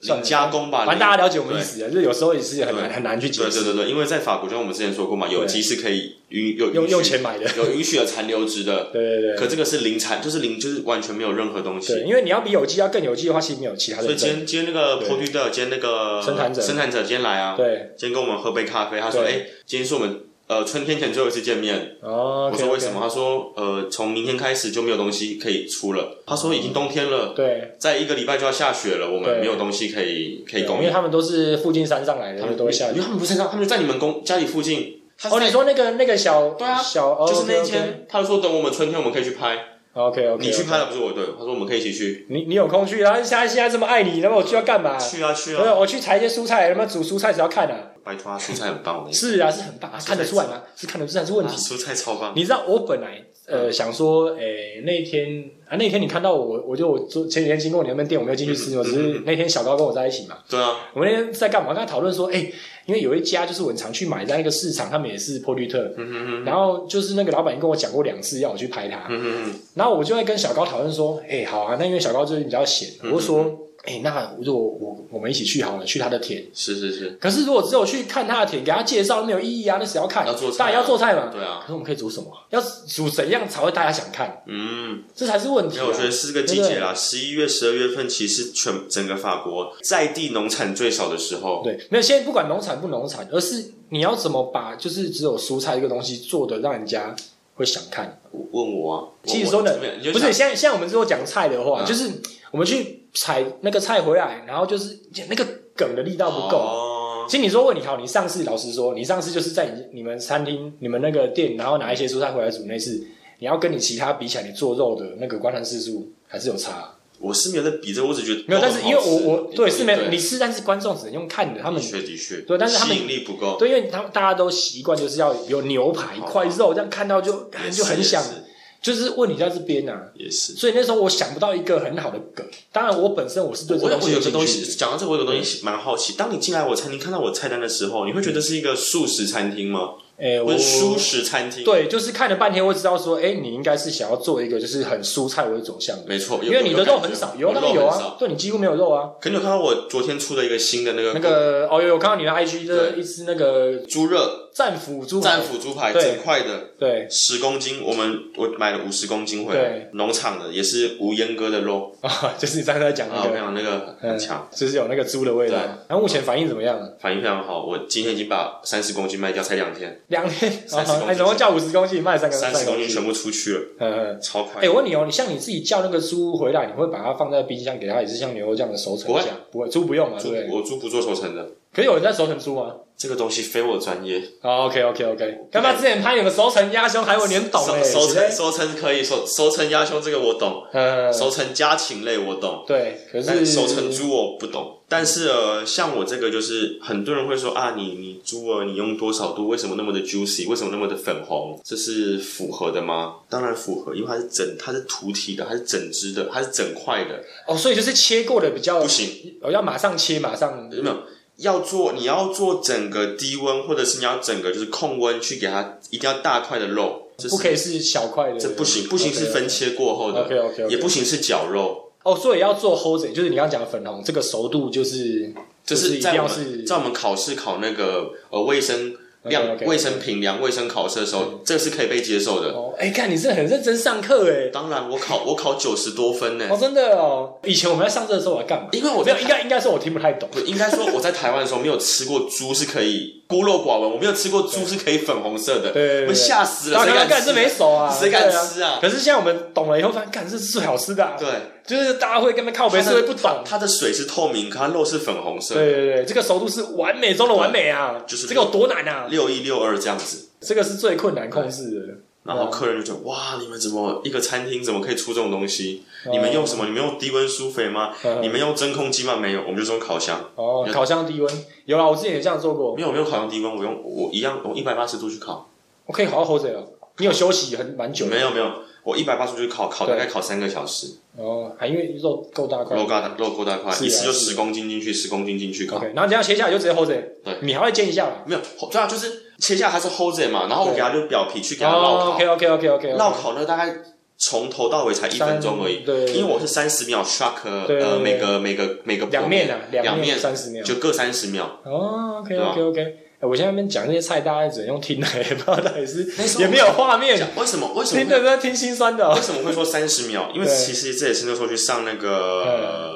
算了零加工吧，反正零大家了解我们意思啊，就是有时候也是很难对很难去解对对释，对对，因为在法国，就像我们之前说过嘛，有机是可以允有用允用许钱买的，有允许的残留值的，对对可对这个是零产，就是零，就是完全没有任何东对，西。因为你要比有机要更有机的话，其实没有其他所的以今证，天今天那个对 p r o d u c e 今天那个生产者生产者今天来啊，对，今天跟我们喝杯咖啡，他说：“对哎，今天是我们呃春天前最后一次见面。”哦，我说：“为什？么？”他说：“呃，从明天开始就没有东西可以出了。”他说：“已经冬天了，对，在一个礼拜就要下雪了，我们哦对没有东西可以可以对供因为应。他们都是附近山上来”的，他他们们都会下因去为。他们不是在，他们就在你们公家里附近。他是哦，在你说那个那个小对啊小哦就是那 OK，OK 间，他就说等我们春天我们可以去拍， OK OK，你去拍了不是我对，他说我们可以一起去，你你有空去，然后现在现在这么爱你，那么我去要干嘛？去啊去对，啊，我去采一些蔬菜，他妈煮蔬菜只要看啊，拜托啊，蔬菜很棒，我跟你是啊，是很大，蔬菜看得出来吗？是看得出来是问啊题。蔬菜超棒，你知道我本来呃想说，诶那天啊那天你看到我，我就我昨前几天经过你那边店，我没有进去吃，嗯我只嗯嗯是那天小高跟我在一起嘛，对啊，我们那天在干嘛？跟他讨论说，哎、因为有一家就是我很常去买，在那个市场，他们也是波绿特，嗯哼哼，然后就是那个老板已经跟我讲过两次要我去拍他，嗯哼哼，然后我就会跟小高讨论说，哎、好啊，那因为小高最近比较闲，我嗯就说，哎、那如果我我们一起去好了，去他的田。是是是，可是如果只有去看他的田，给他介绍没有意义啊，那谁要看？要做菜啊当然要做菜嘛。对啊可，是我们可以煮什么？要煮怎样才会大家想看？嗯，这才是问题、因啊。为我觉得是个季节啦，嗯十一月、十二月份其实全整个法国在地农产最少的时候，对，没有。现在不管农产不农产，而是你要怎么把就是只有蔬菜这个东西做的让人家会想看。问我啊，其实说呢我我怎么样你就不想是，现在现在我们如果讲菜的话，嗯就是我们去采那个菜回来，然后就是那个梗的力道不够。哦其实你说问你好，你上次老实说，你上次就是在你你们餐厅、你们那个店，然后拿一些蔬菜回来煮那次，你要跟你其他比起来，你做肉的那个观察次数还是有差。我是没有在比这个，我只觉得没有，都但很是因为好吃我我对是没有对你是，但是观众只能用看的，他们的确的确，对但是他们吸引力不够，对，因为他们大家都习惯就是要有牛排、一好块肉，这样看到就也是就很想也，是 <laughs> 就是问你在这边啊。也是。所以那时候我想不到一个很好的梗，当然我本身我是对这我个有东我西有有个兴东趣西，的，讲到这个，我有个东西蛮好奇。当你进来我餐厅看到我菜单的时候，你会觉得是一个素食餐厅吗？哎，或嗯我者蔬食餐厅？，对，就是看了半天，我知道说，哎，你应该是想要做一个就是很蔬菜为走向的。没错，因有为你的肉很少，有有当然有。我肉很啊少，对你几乎没有肉啊。可你有看到我昨天出的一个新的那个那个哦，有有看到你的 IG 的对一只那个猪肉战斧猪排战，斧猪排，对整块的 <laughs> 对，十公斤，我们我买了五十公斤回来，农场的也是无阉割的肉啊，就是你上次在讲啊，那我跟你个，讲那个很强，就是有那个猪的味道对。然后目前反应怎么样？啊反应非常好。我今天已经把三十公斤卖掉，才两天，两天， 30公斤啊哎，总共叫五十公斤，卖三个三十公斤斤。全部出去了，嗯嗯。超快哎，。我问你哦，你像你自己叫那个猪回来，你会把它放在冰箱给它，也是像牛肉酱的熟成不一会下？不会，猪不用嘛，对猪不对？我猪不做熟成的，可是有人在熟成猪吗、这个东西非我专业，哦 o k OK OK，干嘛之前拍你们熟成鸭胸，还有你很懂收哎、收直接成收成可以收收成鸭胸这个我懂，呃，收成家禽类我懂，对，可但是收成猪我不懂。但是呃，像我这个就是很多人会说啊，你你猪儿你用多少度，为什么那么的 juicy，为什么那么的粉红？这是符合的吗？当然符合，因为它是整它是图体的，它是整只的，它是整块的，哦，所以就是切过的比较不行。哦，要马上切，马上有没有？要做你要做整个低温，或者是你要整个就是控温去给它，一定要大块的肉，这不是可以是小块的，这不行，不行是分切过后的， OK OK，也不行是绞肉，哦，所以要做 hold，就是你刚刚讲的粉红，这个熟度就是这就是一定在要我是们在我们考试考那个呃卫生量、 OK，OK，OK 嗯卫生评量、卫生考试的时候，这是可以被接受的。哦，哎，看你真的很认真上课哎，当然，我考我考九十多分呢哦，，真的哦，以前我们在上课的时候我在干嘛？因为我我没在有，应该应该是我听不太懂。不应该说我在台湾的时候没有吃过猪是可以孤陋寡闻，我没有吃过猪是可以粉红色的，对对对我吓死了，大谁家敢干吃这没熟啊，谁敢对啊？吃啊？可是现在我们懂了以后，发现干这是最好吃的啊，对。就是大家会跟他靠背，是会不懂。它的水是透明，它肉是粉红色，对对对，这个熟度是完美中的完美啊，就是这个有多难啊，六一六二这样子。这个是最困难控制然后客人就觉得哇，你们怎么一个餐厅怎么可以出这种东西？哦你们用什么？你们用低温疏肥吗？的。嗯 <laughs> 你们用真空机吗？没有，我们就是用烤箱。哦，烤箱低温有啦，我之前也这样做过。没有，我没有烤箱低温，我用我一样，我一百八十度去烤。我可以好好 hold 着啊了。你有休息很蛮久的没有没有，我一百八十度去烤，烤对大概烤三个小时，哦，还因为肉够大块。肉够大肉够大块，是啊一次就是十公斤进去，十公斤进去烤。 OK，然后你这样切下来就直接 hold 着。对，你还会煎一下啦。没有，对啊，就是切下来它是 hold 着嘛，然后我对给它就表皮去给它哦烙烤， OK OK OK OK。烙烤那大概从头到尾才一分钟而已。对，因为我是三十秒 shock，对呃，每个每个每个两面啊，两面面三十秒。就各三十秒。哦，OK 对啊 OK OK。哎我现在那边讲这些菜，大家只能用听的，也不知道到底 <laughs> 是那时候也没有画面，讲为什么？为什听么？的在听心酸的 <laughs> <laughs> 哦。为什么会说三十秒？因为对其实这也是那时候去上那个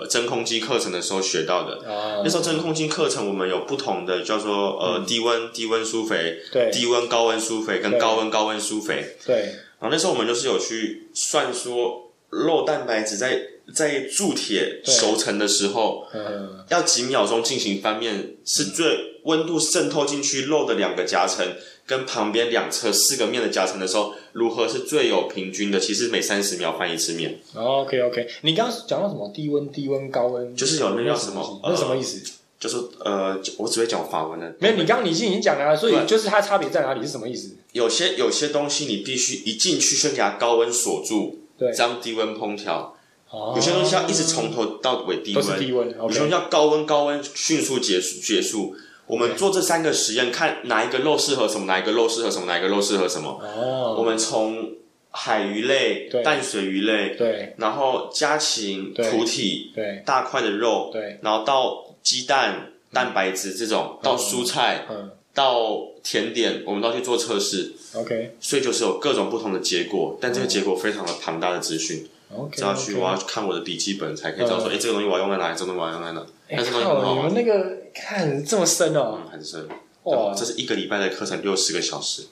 呃真空机课程的时候学到的。啊那，时候真空机课程我们有不同的叫做呃低温低温疏肥、嗯对低温高温疏肥跟对高温高温疏肥。对，然后那时候我们就是有去算说肉蛋白质在在铸铁对熟成的时候，嗯，要几秒钟进行翻面，是最温度渗透进去肉的两个夹层跟旁边两侧四个面的夹层的时候，如何是最有平均的？其实每三十秒翻一次面， OK OK。你哦刚刚讲到什么低温、低温、高温，就是有那叫什么么，那什么意思？就是呃，我只会讲法文的。没有，你刚刚你已经已经讲了啊，所以对就是它差别在哪里是什么意思？有些有些东西你必须一进去先给它高温锁住，对这样低温烹调。有有些东西要一直从头到尾低哦都温，是低温有些东，OK，西要高温高温迅速结束结束。我们做这三个实验，看哪一个肉适合什么，哪一个肉适合什么，哪一个肉适合什么。哦，我们从海鱼类对、淡水鱼类，对然后家禽、对土体、对大块的肉，对，然后到鸡蛋、蛋白质这种，到蔬菜、嗯到甜点，我们都要去做测试， ，OK 所以就是有各种不同的结果，但嗯这个结果非常的庞大的资讯， OK，这要去我要去看我的笔记本才可以知道说，嗯哎，这个东西我要用在哪里，这个东西我要用在哪，哎但是东西很靠，好你们玩，那个看这么深哦，嗯，很深，哇这是一个礼拜的课程，六十个小时，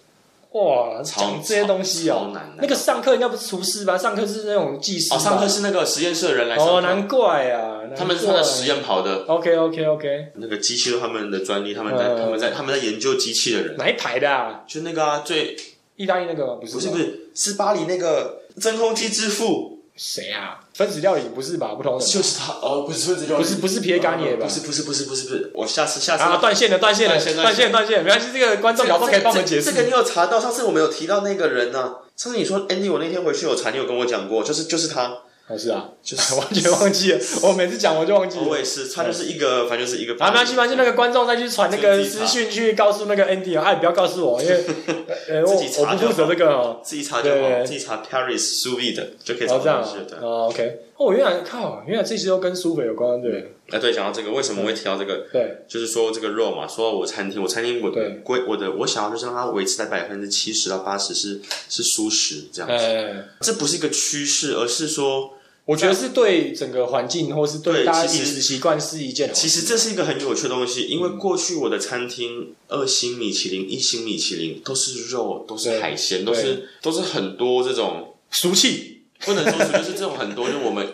哇，超讲这些东西超哦，难的，那个上课应该不是厨师吧？上课是那种技师吧，哦，上课是那个实验室的人来上哦，课。难怪啊，他们是他的实验验跑的， ，OK OK OK，那个机器都他们的专利，他们在、嗯他们在他们在研究机器的人，哪一排的啊？就那个啊，最意大利那个吗？不是不是吧不是是巴黎那个真空机之父，谁啊？分子料理不是吧？不同人吧就是他哦，不是孙子就不是不是皮耶干耶吧不是不是不是不是不是，我下次下次啊，断线了，断线了，哎断线断线，断线，没关系，这个观众搞不好可以帮我们解这个释。你有查到？上次我们有提到那个人啊呢、上次你说 Andy，我那天回去有查，你有跟我讲过，就是就是他，哦，是啊，<laughs> 就是完全忘记了，我每次讲我就忘记了我。也是，他就是一个，反正就是一个， <laughs> 啊，没关系，没关系，那个观众再去传那个自己私查讯去告诉那个 Andy 啊，哎，不要告诉我，因 <laughs> 为呃，我自己查我不负责这个哦，自己查就好，对自己查 Paris sous vide 就可以然查后这样啊到东西，对。哦，OK，哦，原来靠，原来这些都跟苏北有关，对哎，对，讲到这个，为什么我会提到这个？对，就是说这个肉嘛，说到我餐厅，我餐厅我对的规我的我想要就是让它维持在百分之七十到八十是是舒适这样，呃，这不是一个趋势，而是说我觉得是对整个环境或是对对大家其饮实食习惯是一件好事，其实这是一个很有趣的东西，因为过去我的餐厅二星米其林、一星米其林都是肉，都对是海鲜，都是都是很多这种俗气， <laughs> <laughs> 不能说是就是这种很多，就是我们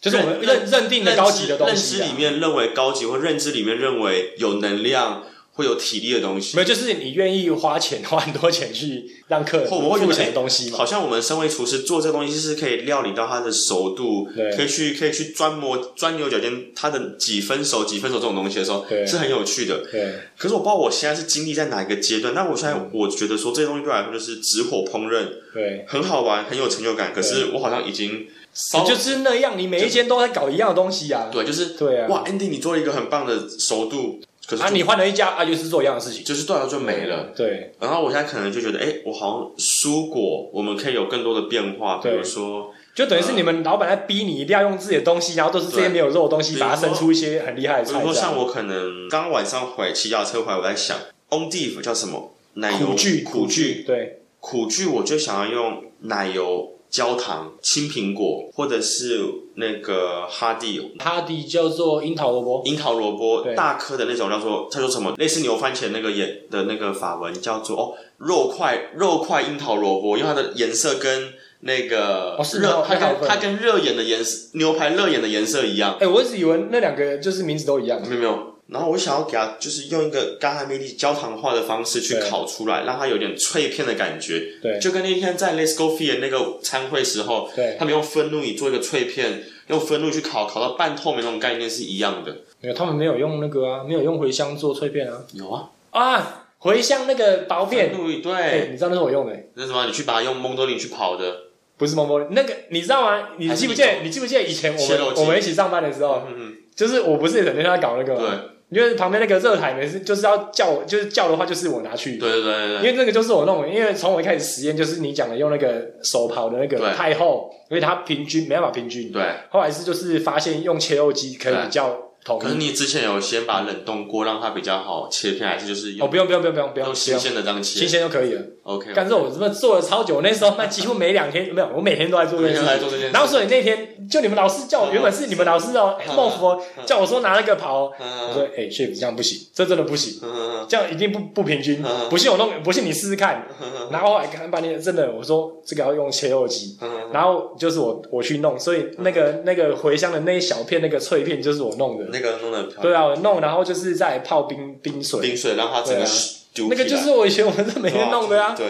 就是我们认认认定的高级的东西、认知啊里。面认为高级，或认知里面认为有能量、会有体力的东西没。有，就是你愿意花钱花很多钱去让客人或我会觉付得钱的东西嘛？好像我们身为厨师做这个东西是可以料理到它的熟度对，可以去可以去钻磨钻牛角尖，它的几分熟几分熟这种东西的时候对是很有趣的。对，可是我不知道我现在是经历在哪一个阶段，但我现嗯在我觉得说这些东西对我来说就是直火烹饪，对，很好玩，很有成就感。可是我好像已经你烧就是那样，你每一间都在搞一样的东西啊。对，就是对啊，哇，Andy 你做了一个很棒的熟度，可是啊，就你换了一家啊，又是做一样的事情，就是对我来说就没了。对，然后我现在可能就觉得，哎，我好像蔬果我们可以有更多的变化，比对如说就等于是你们老板在逼你一定要用自己的东西，然后都是这些对没有肉的东西，比如说把它生出一些很厉害的比菜如说这样。像我可能刚晚上回骑脚车回来，我在想 on div 叫什么奶油苦剧，苦剧，剧对，苦剧，我就想要用奶油。焦糖、青苹果，或者是那个哈蒂哈迪叫做樱桃萝卜，樱桃萝卜对大颗的那种，叫做叫做什么？类似牛番茄那个颜的那个法文叫做哦，肉块肉块樱桃萝卜，因为它的颜色跟那个哦是热，吗它太好跟分了它跟热眼的颜色，牛排热眼的颜色一样。哎，我一直以为那两个就是名字都一样，没有没有。然后我想要给它，就是用一个干旱魅力焦糖化的方式去对烤出来，让它有点脆片的感觉。对就跟那天在 Let's Go Fear 那个餐会时候，对，他们用分怒以做一个脆片，用分怒去烤，烤到半透明那种概念是一样的。没有，他们没有用那个啊，没有用茴香做脆片啊，有啊，啊，茴香那个薄片分，怒以哎，对，你知道那是我用的，欸那什么，你去把它用蒙多林去跑的，不是蒙蒙，那个你知道吗？你记不记还得是？你记不记得以前我切们肉机我们一起上班的时候，嗯，就是我不是也整天在搞那个对吗？因为旁边那个热海每次就是要叫我，就是叫的话就是我拿去对，对对因对为那个就是我弄的。因为从我一开始实验就是你讲的用那个手刨的那个对太厚，因为它平均没办法平均。对。后来是就是发现用切肉机可以对比较统可是一。你之前有先把冷冻锅让它比较好切片，还是就是哦，用不用不用不用不用不用不用，新用鲜的这样新切鲜就可以了。 ？OK，但是我这么做了超久，那时候那几乎每两天没有，我每天都在做这每件天事来情。做这件事，然后所以那天就你们老师叫我，嗯原本是你们老师哦，嗯孟佛嗯叫我说拿那个刨，我说嗯哎 chef 这样不行，这真的不行，嗯这样一定不不平均嗯，不信我弄，不信你试试看。嗯然后后来看半天，真的我说这个要用切肉机，嗯，然后就是我我去弄，所以那个那个茴香的那一小片那个脆片就是我弄的，那个弄得很漂对啊，我弄然后就是在泡冰冰亮，水，冰水让它整对个啊丢那个就是我以前我们是每天弄的啊。对，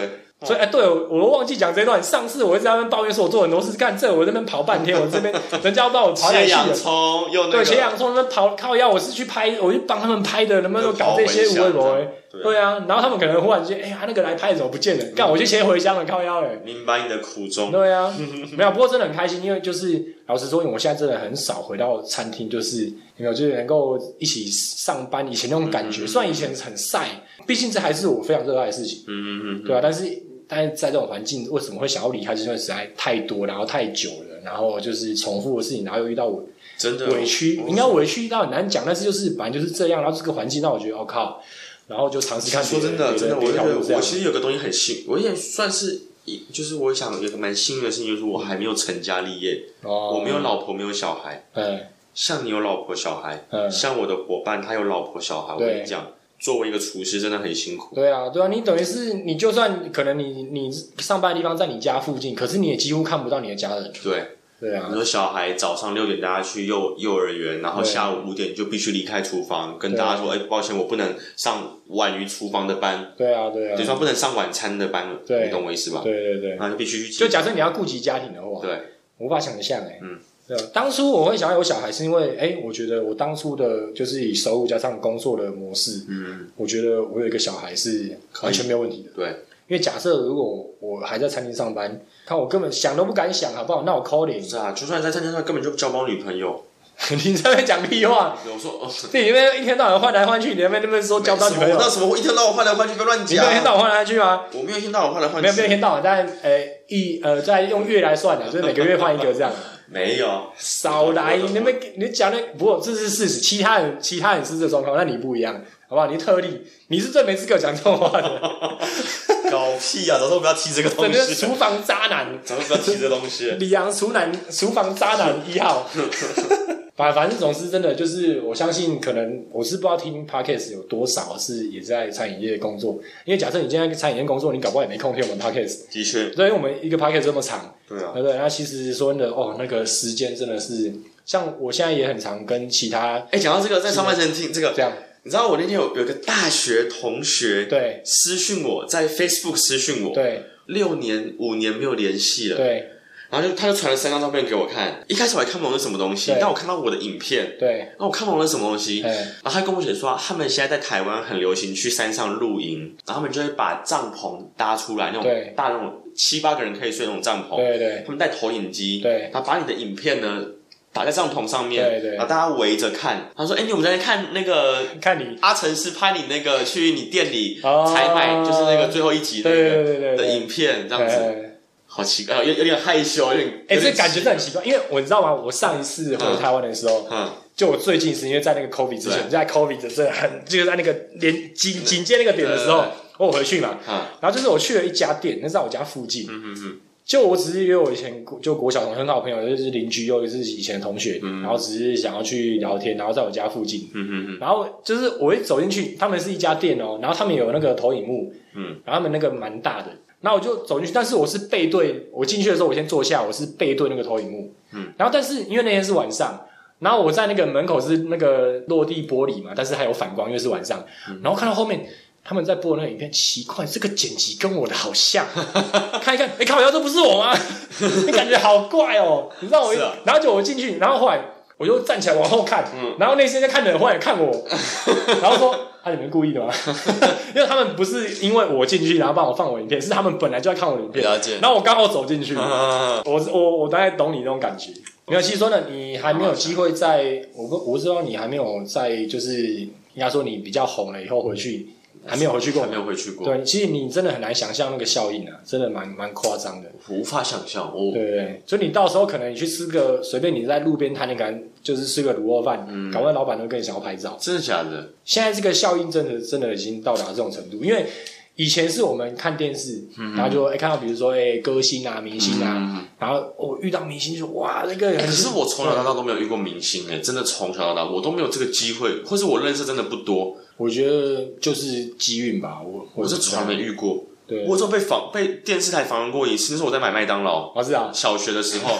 所以哎，对我我都忘记讲这一段。上次我一直在那边抱怨说，我做很多事，干这我这边跑半天，我这 <laughs> 边人家要把我跑哪切去了洋？葱用那对，个前洋葱那跑靠腰，我是去拍，我去帮他们拍的，能不能够搞这些无为博？对，对啊，然后他们可能忽然间，哎呀，那个来拍怎么不见了？干，我去切茴香了，靠腰嘞。明白你的苦衷，对 <laughs> 啊，没有，不过真的很开心，因为就是老实说，因为我现在真的很少回到餐厅，就是有没有就是能够一起上班以前那种感觉。嗯虽然以前很晒，毕竟这还是我非常热爱的事情，嗯嗯嗯，对啊，但是但是在这种环境，为什么会想要离开？就是因为实在太多，然后太久了，然后就是重复的事情，然后又遇到我真的委屈，啊我应该委屈到很难讲，但是就是反正就是这样，然后这个环境让我觉得我、靠，然后就尝试看说别真人的，真的，别我人觉条得路这样我其实有个东西很幸，我也算是一，就是我想有个蛮幸运的事情，就是我还没有成家立业，哦，我没有老婆，没有小孩。嗯像你有老婆小孩，嗯，像我的伙伴他有老婆小孩，我对跟你讲，作为一个厨师真的很辛苦。对啊对啊，你等于是你就算可能你你上班的地方在你家附近，可是你也几乎看不到你的家人，对，对啊你，说小孩早上六点大家去幼幼儿园，然后对下午五点就必须离开厨房，跟对大家说，哎，抱歉，我不能上晚于厨房的班，对啊对等于啊，说不能上晚餐的班了，对你懂我意思吧？对对对，那就必须去就假设你要顾及家庭的话，对。无法想象哎、欸。嗯，对啊。当初我会想要有小孩，是因为哎、欸我觉得我当初的就是以收入加上工作的模式，嗯，我觉得我有一个小孩是完全没有问题的。对，因为假设如果我还在餐厅上班，看我根本想都不敢想，好不好？那我 call 不你，是啊，就算在餐厅上根本就交不到女朋友。 <laughs> 你在那边讲屁话，我说 <laughs> 哦，你那边一天到晚换来换去，你那边那边说交不到女朋友我，那什么，我一天到晚换来换去，不要乱你没有一天讲。到晚换来换去吗？我没有一天到晚换来换没有去，没有一天到晚，但呃一呃再用月来算的，就是每个月换一个这样，没有，少 <laughs> 来，你那边你讲的不过这是事实，其他人其他人是这状况，那你不一样，好不好？你特例，你是最没资格讲这种话的， <laughs> 搞屁啊！早上不要提这个整东个西，厨 <laughs> 房渣男，早上不要提这东西。 <laughs> 李阳厨男厨房渣男一号。反反正总之真的就是，我相信可能我是不知道听 podcast 有多少是也在餐饮业工作，因为假设你今天在餐饮业工作，你搞不好也没空听我们 podcast，的确，所以我们一个 podcast 这么长，对啊，对不对？那其实说真的，哦，那个时间真的是，像我现在也很常跟其他哎，讲到这个，在上半身听这个，这样，你知道我那天有有个大学同学对私讯我，在 Facebook 私讯我，对六年五年没有联系了，对然后就他就传了三张照片给我看，一开始我还看不懂是什么东西对，但我看到我的影片，对，然后我看懂了什么东西，哎，然后他跟我写说，他们现在在台湾很流行去山上露营，然后他们就会把帐篷搭出来，那对种大那种七八个人可以睡那种帐篷，对对他们带投影机，对然后把你的影片呢打在帐篷上面，对对然后大家围着看。他说：“哎、你我们在看那个看你，阿成是拍你那个去你店里哦采买，就是那个最后一集那对对个对对的对，影片，这样子，哎。好奇怪，有有点害羞，有点哎、有这点感觉奇真的很奇怪，因为我你知道吗？我上一次回台湾的时候，嗯，就我最近是因为在那个 COVID 之前，对在 COVID 的真的很就是在那个连紧紧接那个点的时候对，我回去嘛，嗯然后就是我去了一家店，那是在我家附近，嗯嗯嗯，就我只是约我以前国就国小同很好朋友，就是邻居又是以前的同学，然后只是想要去聊天，然后在我家附近，嗯嗯嗯，然后就是我一走进去，他们是一家店哦，然后他们有那个投影幕，嗯，然后他们那个蛮大的，然后我就走进去，但是我是背对，我进去的时候我先坐下，我是背对那个投影幕，嗯，然后但是因为那天是晚上，然后我在那个门口是那个落地玻璃嘛，但是还有反光，因为是晚上，嗯然后看到后面。他们在播那个影片，奇怪，这个剪辑跟我的好 <laughs> 像，看一看，哎、靠腰，这不是我吗？你感觉好怪哦、你 <laughs> 知道我一，是啊然后就我进去，然后后来我就站起来往后看，嗯然后那些在看的人后来看我，然后说：“啊，你们故意的吗？” <laughs> 因为他们不是因为我进去然后帮我放我影片，是他们本来就在看我的影片，了解。然后我刚好走进去，我嗯我我大概懂你那种感觉。没有，其实说呢，你还没有机会在，我不我不知道你还没有在，就是应该说你比较红了以后回去， <laughs> 还没有回去过嗯还没。有回去过，对，其实你真的很难想象那个效应啊，真的蛮蛮夸张的。我无法想象，哦我对对，所以你到时候可能你去吃个随便你在路边摊，你可能就是吃个卤肉饭，嗯搞不好老板都跟你想要拍照。真的假的？现在这个效应真的真的已经到达这种程度，因为以前是我们看电视，然后就哎、看到比如说哎、歌星啊、明星啊，嗯然后我、遇到明星就哇那个很可是我从小到大都没有遇过明星哎、真的从小到大我都没有这个机会，或是我认识真的不多，我觉得就是机运吧，我我是从来没遇遇过。对，我只有被访被电视台访问过一次，那时候我在买麦当劳，我知道，小学的时 <laughs> 候，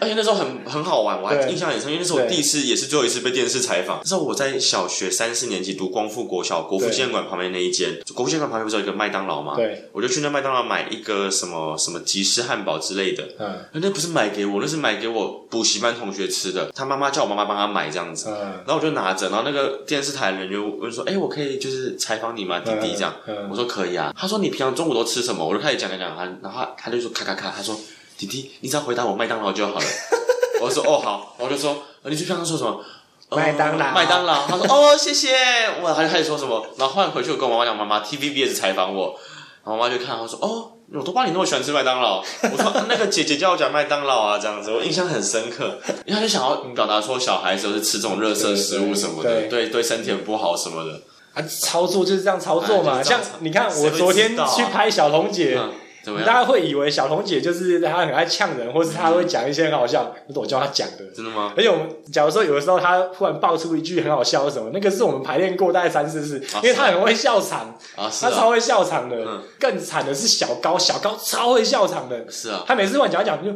而且那时候很很好玩，我还对印象很深，因为那是我对第一次也是最后一次被电视采访。那时候我在小学三四年级读光复国小，国父对纪念馆旁边那一间，就国父纪念馆旁边不是有一个麦当劳吗？对，我就去那麦当劳买一个什么什么吉士汉堡之类的，嗯那不是买给我，那是买给我补习班同学吃的。他妈妈叫我妈妈帮他买这样子，嗯，然后我就拿着，然后那个电视台的人就问说：“哎、我可以就是采访你吗，弟弟？”这样，嗯嗯我说可以啊。他说：“你平常中午都吃什么？”我就开始讲讲讲，他然后他他就说：“咔咔咔。”他说：“弟弟，你只要回答我麦当劳就好了。” <laughs> 我说：“哦，好。”我就说：“呃你去平常说什么？”呃麦当劳麦当劳。他说：“哦，谢谢。”我还开始说什么，然后后来回去我跟我妈妈讲，妈妈 TVBS 采访我，然后我妈就看，她说：“哦，我都爸你那么喜欢吃麦当劳。”我说：“啊那个姐姐叫我讲麦当劳啊，这样子，我印象很深刻。”因为她就想要表达说，小孩子都是吃这种热色食物什么的，对对对对身体很不好什么的。啊，操作就是这样操作嘛。哎就是这像样操你看，谁我会知道啊昨天去拍小彤姐，嗯，怎么大家样？会以为小彤姐就是她很爱呛人，或是她会讲一些很好笑，嗯那是我教她讲的。真的吗？而且我们假如说有的时候她突然爆出一句很好笑的什么，那个是我们排练过大概三四次，啊因为她是啊很会笑场，啊，是她啊，超会笑场的。嗯更惨的是小高，小高超会笑场的，是啊，他每次乱讲一讲就，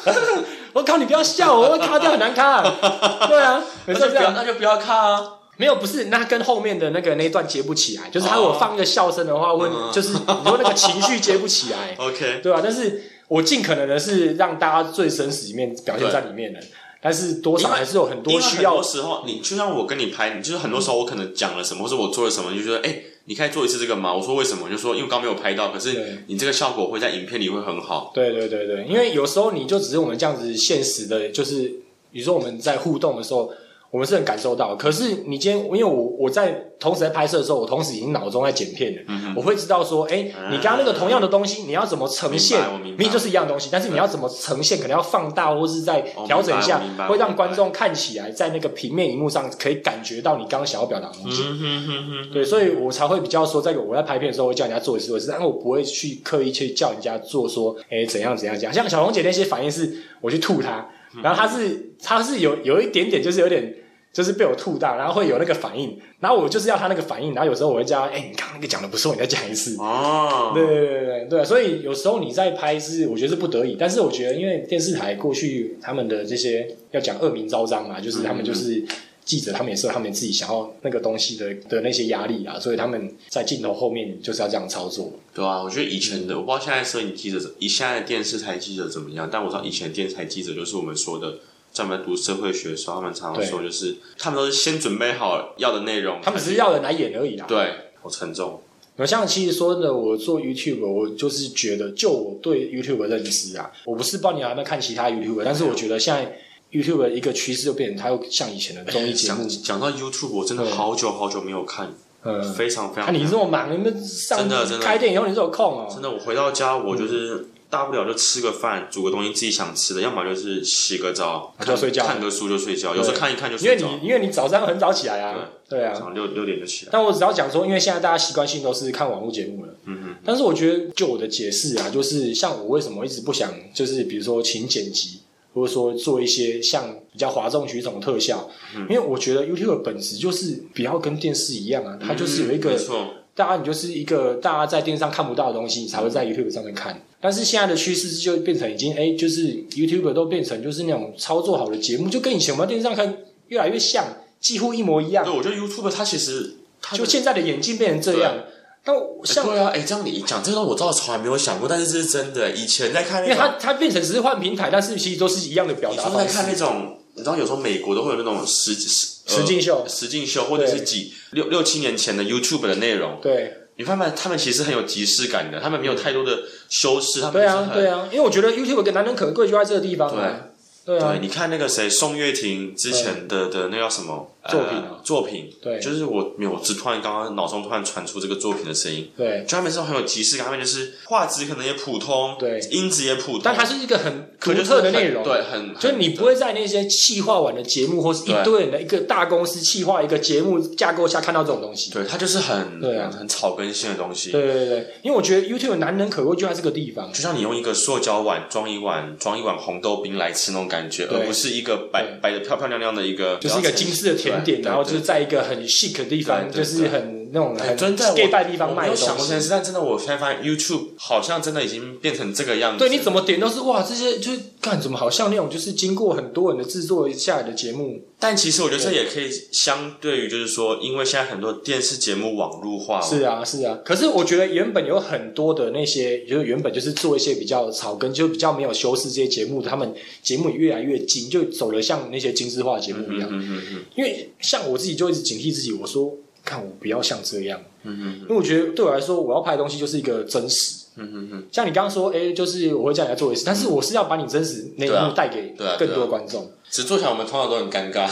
<laughs> 我靠，你不要笑我，我会卡掉很难卡。 <laughs> 对啊，每那次都这就不要，样。那就不要看啊。没有，不是，那跟后面的那个那一段接不起来，就是他哦如果放一个笑声的话，会嗯，就是你说那个情绪接不起来 OK，对啊吧、但是我尽可能的是让大家最真实一面表现在里面的，但是多少因为还是有很因多为很需要嗯多，时候，你就像我跟你拍，你就是很多时候我可能讲了什么，或者我做了什么，你就觉得哎、你可以做一次这个吗？我说为什么？你就说因为我刚没有拍到，可对是你这个效果会在影片里会很好。对对对对，因为有时候你就只是我们这样子现实的，就是比如说我们在互动的时候，我们是很感受到。可是你今天，因为我我在同时在拍摄的时候，我同时已经脑中在剪片了，嗯我会知道说，哎、你刚刚那个同样的东西，你要怎么呈现啊明白我？明白明明就是一样东西，但是你要怎么呈现，可能要放大或是再哦调整一下明白我明白，会我让明白观众看起来在那个平面荧幕上可以感觉到你刚刚想要表达的东西。嗯哼哼哼，对，所以我才会比较说，在我在拍片的时候会叫人家做一次做一次，但我不会去刻意去叫人家做说，哎、怎样怎样怎样。像小红姐那些反应是我去吐她，然后他是他是有有一点点就是有点就是被我吐到，然后会有那个反应，然后我就是要他那个反应，然后有时候我会叫他，哎、你刚刚那个讲的不错，你再讲一次。哦，对对对对对，所以有时候你在拍是，我觉得是不得已，但是我觉得因为电视台过去他们的这些要讲恶名昭彰嘛，就是他们就是记者，他们也是有他们自己想要那个东西的的那些压力啊，所以他们在镜头后面就是要这样操作。对啊，我觉得以前的，我不知道现在摄影记者怎，以现在的电视台记者怎么样，但我知道以前电视台记者就是我们说的，专门读社会学的时候，他们常常对说就是，他们都是先准备好要的内容，他们只是要人来演而已啦。对，好沉重，那像其实说真的，我做 YouTube，我就是觉得，就我对 YouTube 的认知啊，我不是帮你还没看其他 YouTube，但是我觉得现在 YouTube 的一个趋势就变成它又像以前的综艺节目讲，讲到 YouTube，我真的对好久好久没有看，嗯，非常非那、常。你这么忙，你们上啊真的真的开店以后你是有空真哦？的，我回到家我就是大不了就吃个饭，煮个东西自己想吃的，要么就是洗个澡，啊就睡觉看个书就睡觉，有时候看一看就因为睡你觉，因为你早上很早起来啊，对早啊。上六六点就起来。但我只要讲说，因为现在大家习惯性都是看网络节目了，嗯嗯，但是我觉得就我的解释啊，就是像我为什么一直不想，就是比如说请剪辑，或者说做一些像比较哗众取宠的特效，嗯因为我觉得 YouTube 的本质就是不要跟电视一样啊，它就是有一嗯没个错，大家你就是一个大家在电视上看不到的东西，你才会嗯在 YouTube 上面看。但是现在的趋势是就变成已经哎、就是 YouTube 都变成就是那种操作好的节目，就跟以前我们在电视上看越来越像，几乎一模一样对，。我觉得 YouTube 它其实它就的现在的演进变成这样，但我哎像对啊，哎、这样你讲这个东西我倒是从来没有想过，但是这是真的。以前在看因那为种，它它变成只是换平台，但是其实都是一样的表你达说在方看那式。种，你知道有时候美国都会有那种实实呃实境秀，实境秀，或者是对几六六七年前的 YouTube 的内容，对你发现他们其实很有即视感的，他们没有太多的修饰，他们对就是啊很对啊，因为我觉得 YouTube 难能可贵就在这个地方啊。对对，啊，你看那个谁，宋岳庭之前的的那叫什么呃作品啊作品，对就是我没有，我只突然刚刚脑中突然传出这个作品的声音，对，就他们这种很有即视感，他们就是画质可能也普通，对音质也普通，但它是一个很独可就是特的很内容。啊对， <laughs> 很就是你不会在那些气化完的节目，或是一堆人的一个大公司气化一个节目架构下看到这种东西。对，它就是很对啊很草根性的东西。对对对对，因为我觉得 YouTube 难能可贵就在这个地方。就像你用一个塑胶碗装一碗装一碗红豆冰来吃那种感觉，对而不是一个摆摆的漂漂亮亮的一个，就是一个精致的甜点，对对然后就是在一个很 chic 的地方，对就对对是很那种哎很真的我 gay 拜地方我卖的没有想东过这件西。事，但真的我现在发现 YouTube 好像真的已经变成这个样子。对你怎么点都是哇，这些就是看怎么好像那种就是经过很多人的制作下来的节目，但其实我觉得这也可以相对于，就是说，因为现在很多电视节目网络化，是啊，是啊。可是我觉得原本有很多的那些，就是原本就是做一些比较草根，就比较没有修饰这些节目，他们节目也越来越精，就走了像那些精致化的节目一嗯样。嗯嗯嗯因为像我自己就一直警惕自己，我说看我不要像这样，嗯因为我觉得对我来说，我要拍的东西就是一个真实。嗯嗯嗯，像你刚刚说，哎、就是我会叫你来做一次，但是我是要把你真实那一对啊幕带给对啊对啊更多观众只做起来我们通常都很尴尬，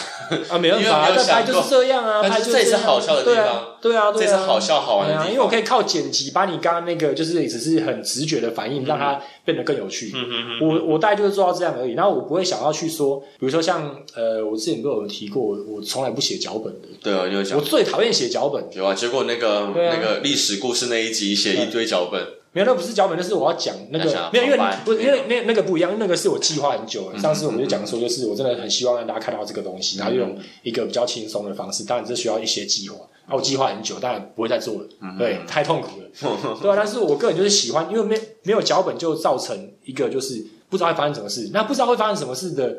啊没办 <laughs> 因为法，没有但拍想就过是这样啊，但是拍就这也是样好笑的地对啊方对啊，对啊，这是好笑好玩对的地啊，方。因为我可以靠剪辑把你刚刚那个就是只是很直觉的反应，让它变得更有趣。嗯嗯嗯，我我大概就是做到这样而已，然后我不会想要去说，比如说像呃，我之前都有提过，我我从来不写脚本的，对啊，你有我讲最讨厌写脚本，有啊，结果那个对啊那个历史故事那一集写一堆脚本，没有，那不是脚本，那是我要讲那要讲个没有，因为旁白不是因为那那个不一样，那个是我计划很久了。上次我们就讲说，就是我真的很希望让大家看到这个东西，然后用一个比较轻松的方式。当然这需要一些计划，然后我计划很久，当然不会再做了，对，太痛苦了，对啊。但是我个人就是喜欢，因为没没有脚本就造成一个就是不知道会发生什么事，那不知道会发生什么事的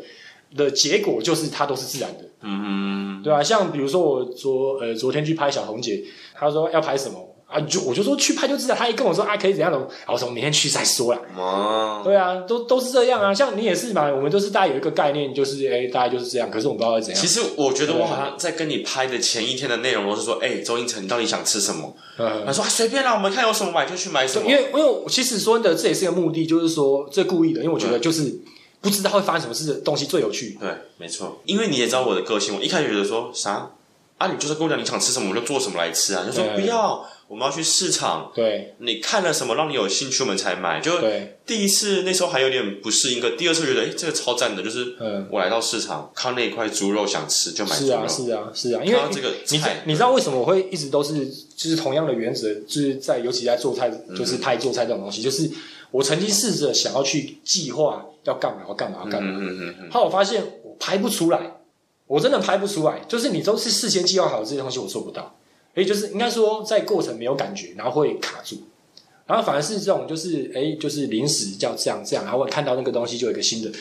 的结果就是它都是自然的。嗯嗯对啊，像比如说我昨呃昨天去拍小红姐，她说要拍什么啊，你就我就说去拍就知道，她一跟我说啊可以怎样的，啊我说我明天去再说啦。嗯，哇，对啊，都都是这样啊，像你也是嘛，我们都是大家有一个概念，就是哎、大概就是这样，可是我们不知道会怎样其。实我觉得我对啊好像在跟你拍的前一天的内容都是说，哎，周星驰，你到底想吃什么？嗯，他说啊随便啦，我们看有什么买就去买什对么。因为因为我其实说真的，这也是一个目的，就是说这故意的，因为我觉得就是不知道会发生什么事的东西最有趣。对，没错，因为你也知道我的个性，我一开始觉得说啥啊，你就是跟我讲你想吃什么，我就做什么来吃啊，就说对不要，我们要去市场，对你看了什么让你有兴趣，我们才买。就对，第一次那时候还有点不适应，可第二次觉得哎、诶这个超赞的，就是嗯，我来到市场看到那一块猪肉想吃就买猪是啊肉，是啊是啊，因看为到这个你知菜，你知道为什么我会一直都是就是同样的原则，就是在尤其在做菜，就是嗯拍做菜这种东西，就是我曾经试着想要去计划要干嘛要干嘛要嗯干嘛，嗯嗯嗯后来我发现我拍不出来，我真的拍不出来，就是你都是事先计划好这些东西，我做不到，也就是应该说在过程没有感觉，然后会卡住。然后反而是这种，就是哎，就是临时叫这样这样，然后我看到那个东西就有一个新的，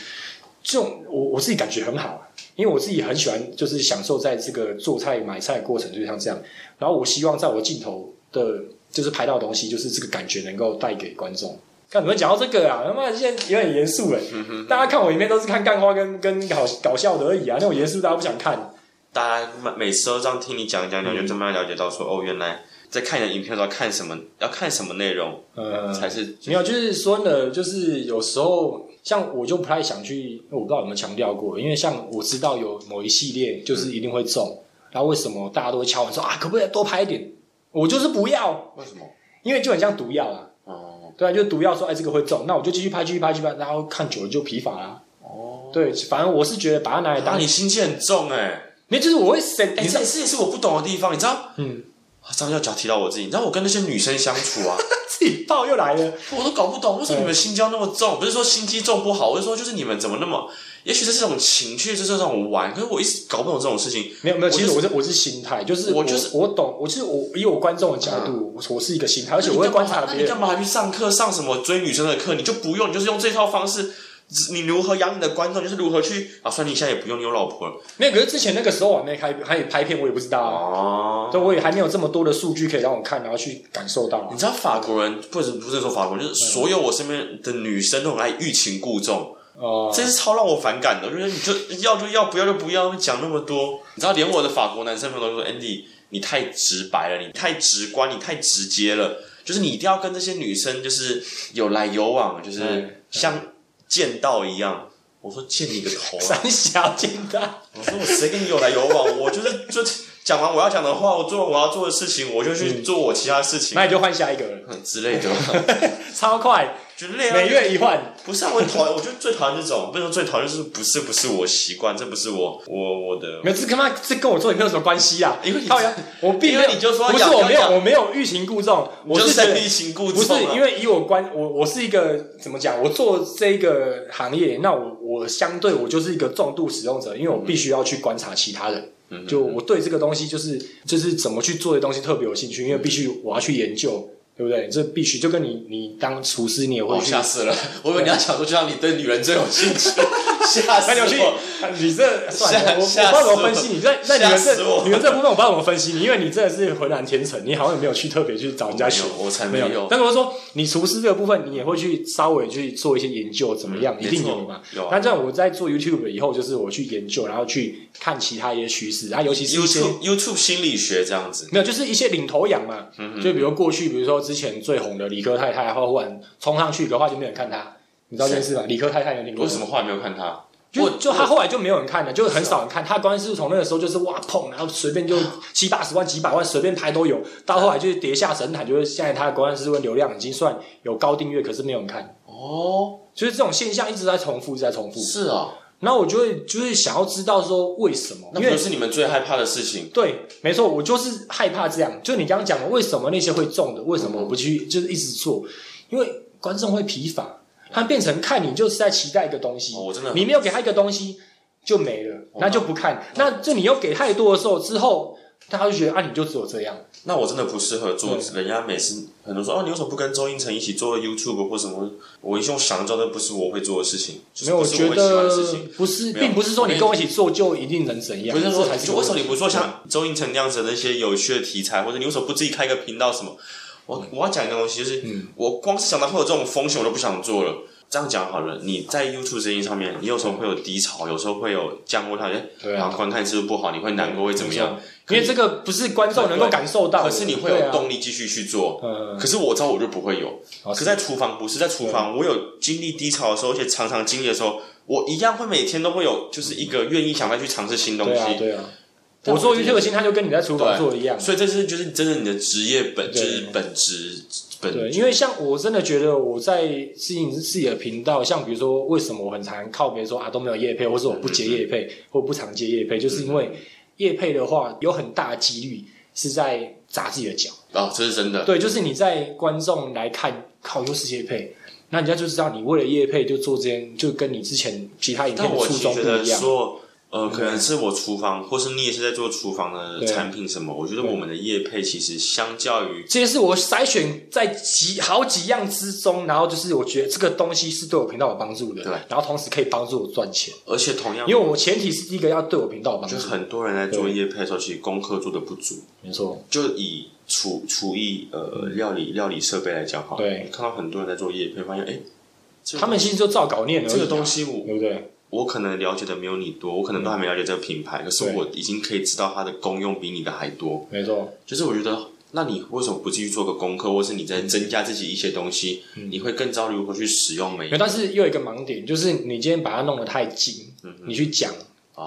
这种我我自己感觉很好啊，因为我自己很喜欢，就是享受在这个做菜买菜的过程，就是像这样。然后我希望在我镜头的，就是拍到的东西，就是这个感觉能够带给观众。看你们讲到这个啊，他妈现在有点严肃哎，嗯嗯，大家看我影片都是看干花跟跟搞搞笑的而已啊，那种严肃大家不想看。大家每每次都这样听你讲一讲嗯讲，就慢慢了解到说哦，原来在看你的影片的时候看什么，要看什么内容呃，才是没有，就是说呢，就是有时候像我就不太想去，我不知道有没有强调过，因为像我知道有某一系列就是一定会中，然后为什么大家都会敲我说啊，可不可以多拍一点？我就是不要，为什么？因为就很像毒药啊，哦对啊，就毒药说哎这个会中，那我就继续拍，继续拍，继续拍，然后看久了就疲乏啦、哦，对，反正我是觉得把它拿来哎当 <laughs> 当，你心机很重哎，没有就是我会省，哎、你这这这也是我不懂的地方，你知道？嗯，啊这样要讲提到我自己，你知道我跟那些女生相处啊，自己爆又来了，我都搞不懂为什么你们心机要那么重。不是说心机重不好，我是说就是你们怎么那么，也许这是这种情趣，这是这种玩，可是我一直搞不懂这种事情。没有没有，我其就实我是我是心态，就是我我就是嗯我懂，我就是我以我观众的角度，我我是一个心态，而且我会观察那别你人干。嘛还去上课上什么追女生的课？你就不用，你就是用这套方式，只你如何养你的观众，就是如何去啊。算你现在也不用，你有老婆了没有，可是之前那个时候我还没开还有拍片，我也不知道啊，哦。对，我也还没有这么多的数据可以让我看，然后去感受到啊你。知道法国人不是不是说法国人，就是所有我身边的女生都很爱欲擒故纵。哦，真是超让我反感的，我觉得你就要就要，不要就不要，讲那么多。你知道，连我的法国男生朋友都说，Andy，你太直白了，你太直观，你太直接了，就是你一定要跟这些女生就是有来有往，就嗯是像见到一样。我说见你个头啊！三小简单，我说我谁跟你有来有往？我就是就讲完我要讲的话，我做完我要做的事情，我就去做我其他事情那你就换下一个了，之类的，超快，就累啊。每月一换。不是啊，我讨厌，我就最讨厌这种，不是说最讨厌，就是不是不是我习惯，这不是我我我的，没有，这他妈这跟我做也没有什么关系啊！因为你靠呀，我并没因为有，你就说不是养我没有要，养我没有欲擒故纵，我就是觉生得理情故不是纵啊。因为以我观我我是一个怎么讲？我做这个行业，那我我相对我就是一个重度使用者，因为我必须要去观察其他人。嗯就我对这个东西就是就是怎么去做的东西特别有兴趣，因为必须我要去研究，对不对？这必须就跟你你当厨师你也会我去。哦吓死了，我以为你要想说，就像你对女人最有兴 <laughs> 趣，吓死那你要去我！，你这算了，我我不知吓道怎吓死么我分析你这。那你们吓死我这你们这部分我不知道怎么分析你，因为你真的是浑然天成，你好像也没有去特别去找人家学没有。我才没没有有，，但是我说你厨师这个部分，你也会去稍微去做一些研究，怎么样？嗯一定没错有嘛？有啊那这样我在做 YouTube 以后，就是我去研究，然后去看其他一些趋势，然啊后尤其是一些 YouTube YouTube 心理学这样子，没有，就是一些领头羊嘛。嗯就比如过去，比如说之前最红的理科太太，然后忽然冲上去，可后来就没有人看他。你知道这件事吧？理科太太有听过为吗什么后来没有看他？就我就他后来就没有人看了，就很少人看。他关键是从那个时候就是哇砰，然后随 <laughs> 便就七八十万、几百万随便拍都有，到后来就是跌下神坛，就是现在他的关键是流量已经算有高订阅，可是没有人看，哦，就是这种现象一直在重复，一直在重复。是啊，然后我就会就是想要知道说为什么，那因为不是你们最害怕的事情。对，没错，我就是害怕这样。就你刚刚讲的，为什么那些会中的，为什么我不去，就是一直做？因为观众会疲乏，他变成看你就是在期待一个东西，哦我真的哦你没有给他一个东西就没了，那就不看。那就你又给太多的时候，之后大家就觉得啊，你就只有这样。那我真的不适合做，对人家每次很多说哦，你为什么不跟周星辰一起做 YouTube 或什么？我一用想到，这不是我会做的事情，就没是有，不我是觉我会喜欢的得事情。不是，没有并不是说你跟我一起做就一定能怎样，不是说这才是就个问为什题么你不做像周星辰那样子的那些有趣的题材，或者你为什么不自己开一个频道什么？嗯我我要讲一个东西，就是、我光是想到会有这种风险，我都不想做了。这样讲好了，你在 YouTube 这一上面，你有时候会有低潮，有时候会有降落，它对啊然后观看次数不好，你会难过，会怎么样？啊因为这个不是观众能够感受到的，可是你会对有啊动力继续去做。嗯可是我知道我就不会有。哦嗯可在厨房不是在厨房，我有经历低潮的时候，而且常常经历的时候，我一样会每天都会有，就是一个愿意想再去尝试新东对西。啊，对啊，我做 YouTube 心态就跟你在厨房做的一样。啊所以这是就是真的你的职业本，就对啊是本职本对，因为像我真的觉得我在自己自己的频道，像比如说为什么我很常靠别人说啊都没有业配，或者我不接业配，或不常接业配，就是因嗯为业配的话有很大的几率是在砸自己的脚。哦，这是真的。对，就是你在观众来看，靠，又是业配，那人家就知道你为了业配就做这件，就跟你之前其他影片但的我初其衷实不觉得一样。嗯说，呃，可能是我厨房，或是你也是在做厨房的对产品什么。我觉得我们的业配其实相较于这些是我筛选在几好几样之中，然后就是我觉得这个东西是对我频道有帮助的，对然后同时可以帮助我赚钱，而且同样因为，我前提是第一个要对我频道有帮助就。很多人在做业配的时候，其实功课做的不足。没错，就以厨厨艺呃料理料理设备来讲好了，对你看到很多人在做业配，发现哎，这个他们其实就照稿念而已啊这个东西我对不对？我可能了解的没有你多，我可能都还没了解这个品牌，可是对我已经可以知道它的功用比你的还多。没错，就是我觉得，那你为什么不继续做个功课，或是你在增加自己一些东西，嗯你会更知道如何去使用每没一有但是又有一个盲点，就是你今天把它弄得太精，你去讲，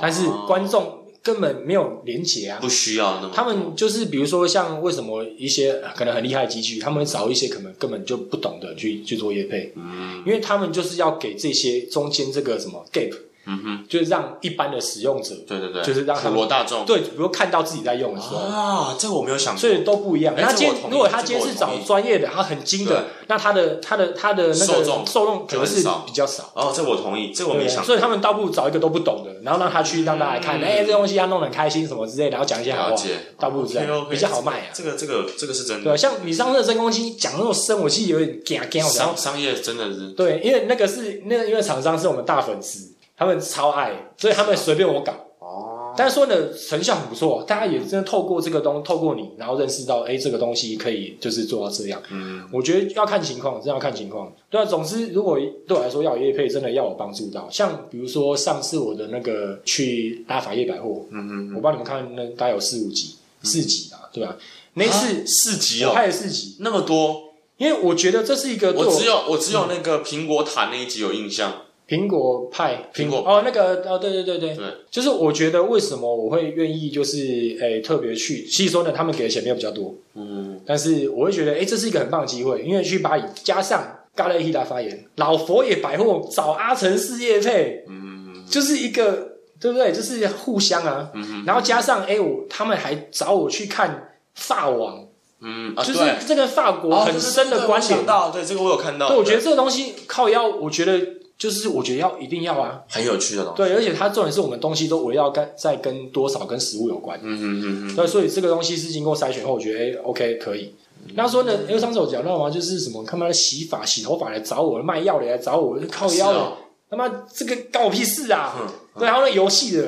但是嗯哦观众根本没有连结啊。不需要那么他们就是比如说像为什么一些呃可能很厉害的机具，他们会找一些可能根本就不懂的去去做业配，嗯因为他们就是要给这些中间这个什么 gap，嗯哼，就是让一般的使用者对对对，就是让他普们罗大众对，比如看到自己在用的时候。啊，这我没有想过，所以都不一样。哎他今这我同天意如果他今天是这我找同意专业的，他很精的，那他的他的他的那个受众受众可能就很是少比较少。哦，这我同意，这我没对，想所以他们倒不如找一个都不懂的，然后让他去让大家看，嗯哎，这东西他弄得很开心什么之类的，然后讲一些好了话解，，倒不如这 OK，OK，样比较好卖啊。这个这个这个是真对啊，的，像你上次的真空机讲那么深，我其实有点嘎嘎。然后商商业真的是对，因为那个是那个因为厂商是我们大粉丝，他们超爱，所以他们随便我搞。哦，但是说呢，成效很不错，大家也真的透过这个东，透过你，然后认识到，哎，这个东西可以就是做到这样。嗯，我觉得要看情况，真的要看情况。对啊，总之，如果对我来说要有业配，真的要有帮助到。像比如说上次我的那个去拉法叶百货，嗯嗯我帮你们看那大概有四五集，四集吧，对吧、那一次啊四级我哦，拍了四集，那么多，因为我觉得这是一个对我只有我嗯只有那个苹果塔那一集有印象，苹果派苹果哦，那个哦，对对对对，对，就是我觉得为什么我会愿意就是诶、特别去，其实说呢，他们给的钱没有比较多，嗯，但是我会觉得诶、这是一个很棒的机会，因为去巴黎加上。嘎勒希达发言，老佛爷百货找阿成事业配，嗯就是一个对不对？就是互相啊，嗯然后加上哎，我他们还找我去看法网，嗯啊，就是对这跟法国很深的关联。想到，对这个我有看到，对，我觉得这个东西靠腰，我觉得就是我觉得要一定要啊，很有趣的东西。对，而且它重点是我们东西都围绕跟在跟多少跟食物有关，嗯嗯嗯嗯，那所以这个东西是经过筛选后，我觉得哎、OK 可以。那说呢，因为上次我讲到嘛，就是什么他妈的洗发、洗头发来找我，卖药的来找我，靠腰是的，哦他妈这个干我屁事啊！嗯对，还有那游戏的，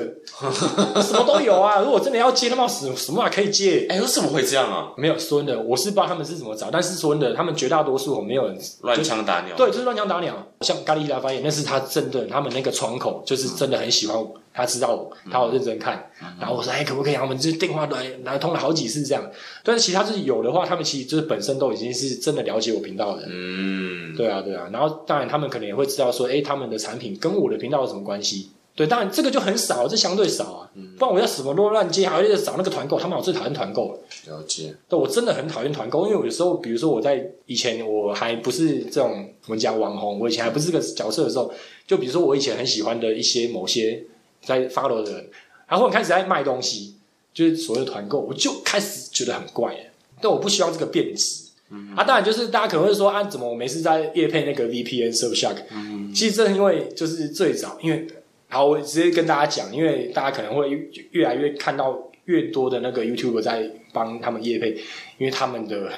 什么都有啊。如果真的要接，他妈什什么啊可以接？哎，为什么会这样啊？没有说真的，我是不知道他们是怎么找，但是说真的，他们绝大多数我没有人乱枪打鸟，对，就是乱枪打鸟。像咖喱拉发言，那是他真的，他们那个窗口就是真的很喜欢我，他知道我，他有认真看。然后我说，哎，可不可以啊？我们这电话来来通了好几次这样。但是其他就是有的话，他们其实就是本身都已经是真的了解我频道的人。嗯，对啊，对啊。然后当然他们可能也会知道说，哎，他们的产品跟我的频道有什么关系？对，当然这个就很少，这相对少啊。不然我要什么都乱接，还要找那个团购，他们我最讨厌团购了。了解，对，我真的很讨厌团购，因为有时候，比如说我在以前我还不是这种我们讲网红，我以前还不是这个角色的时候，就比如说我以前很喜欢的一些某些在 follow 的人，然后我开始在卖东西，就是所谓的团购，我就开始觉得很怪了。但我不希望这个变质。啊，当然就是大家可能会说啊，怎么我没事在夜配那个 VPN Surfshark？、嗯其实正因为就是最早，因为好，我直接跟大家讲，因为大家可能会越越来越看到越多的那个 YouTube 在帮他们夜配，因为他们的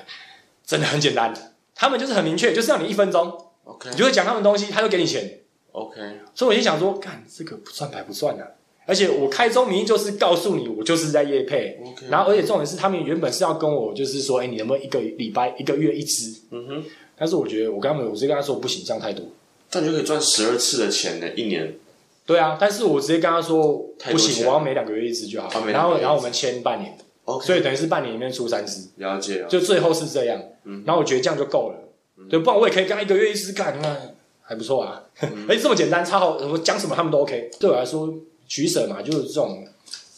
真的很简单，他们就是很明确，就是让你一分钟， ，OK 你就会讲他们东西，他就给你钱。 OK，所以我心想说，干这个不算白不算啊！而且我开宗明义就是告诉你，我就是在夜配。 OK 嗯然后，而且重点是，他们原本是要跟我就是说，哎、你能不能一个礼拜、一个月一支？嗯哼，但是我觉得我跟他们，我直接跟他说不行，这样太多。但你就可以赚十二次的钱呢，一年，对啊，但是我直接跟他说太不多钱行，我要每两个月一支就好啊。每然两个月后，一支然后我们签半年， OK 所以等于是半年里面出三支，了解了，就最后是这样。嗯然后我觉得这样就够了，对，不然我也可以跟他一个月一支干，那还不错哎嗯啊。而且这么简单，超好，我讲什么他们都 OK。对我来说，取舍嘛，就是这种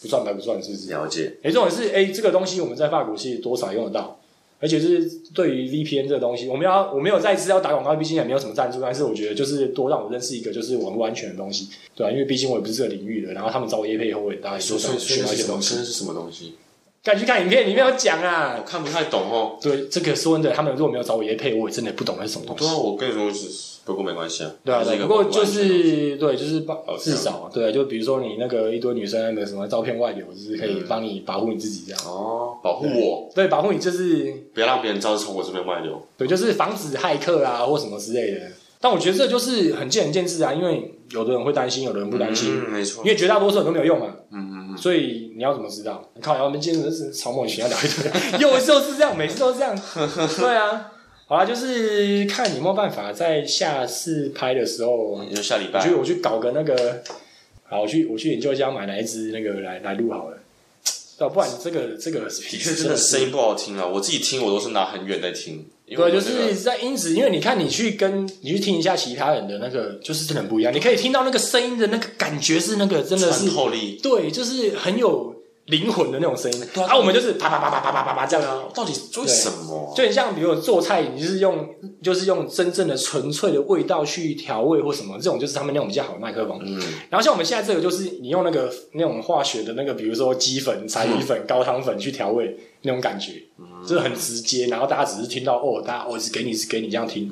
不算白不算，是不是？了解，哎，这种是哎，这个东西我们在法国其实多少用得到，而且是对于 VPN 这个东西，我们要我没有在是要打广告，毕竟也没有什么赞助，但是我觉得就是多让我认识一个就是网络安全的东西，对啊吧、因为毕竟我也不是这个领域的，然后他们找我业配以后，我也大概所就想以所以所以学那到一是些东西什么？那。是什么东西？赶紧去看影片，里面有讲啊我。看不太懂哦。对，这个说真的，他们如果没有找我业配，我也真的不懂那是什么东西对。啊，我跟你说是，不过没关系啊。对啊，这对，是一个不过就完全的是对，就是帮哦这至样少啊对，就比如说你那个一堆女生的什么照片外流，就是可嗯以帮你保护你自己这样。哦，保护我，对，保护你就是不要让别人知道是从我这边哦外流。对，就是防止骇客啊或什么之类的。但我觉得这就是很见仁见智啊，因为有的人会担心，有的人不担心，嗯，没错因。为绝大多数人都没有用嘛。嗯嗯嗯，所以你要怎么知道？靠，我们今天真是草蜢群要聊一堆， <laughs> 又就是这样，每次都这样。对啊，好啦，就是看你有没有办法在下次拍的时候，你说下礼我拜觉得我去搞个那个，好，我去我去研究一下买哪一支那个来来录好了。对啊，不然这个这个的确真的声音不好听啊，我自己听我都是拿很远在听，因为对，啊我就那个是在音质，因为你看你去跟你去听一下其他人的那个，就是真的很不一样。你可以听到那个声音的那个感觉是那个真的穿是，透力。对，就是很有灵魂的那种声音。对啊啊，我们就是啪啪啪啪啪啪啪啪这样啊，到底为什么啊？就很像比如做菜，你就是用就是用真正的纯粹的味道去调味或什么，这种就是他们那种比较好的麦克风。嗯，然后像我们现在这个，就是你用那个那种化学的那个，比如说鸡粉、柴米粉、高汤粉去调味，那种感觉，就是很直接。然后大家只是听到哦，大家哦是给你是给你这样听。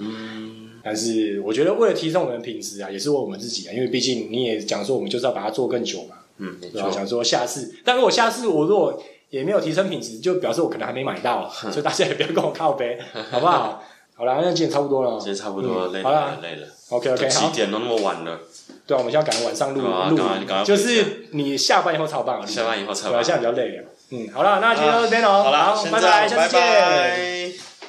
但是我觉得为了提升我们的品质啊，也是为我们自己啊，因为毕竟你也讲说我们就是要把它做更久嘛，嗯，没对啊吧？错。想说下次，但如果下次我如果也没有提升品质，就表示我可能还没买到，所以大家也不要跟我靠背，好不好？好啦，那今天差不多了今天差不多累嗯好了啦累了， ，OK 都 OK，好几。点都那么晚了，对啊，我们现在赶晚上录对啊录赶快赶快，回就是你下班以后才有办法录。下班以后才对啊，晚。现在比较累了。嗯，好了，那今天到这边喽。好了，好先拜这样拜，下次见。拜拜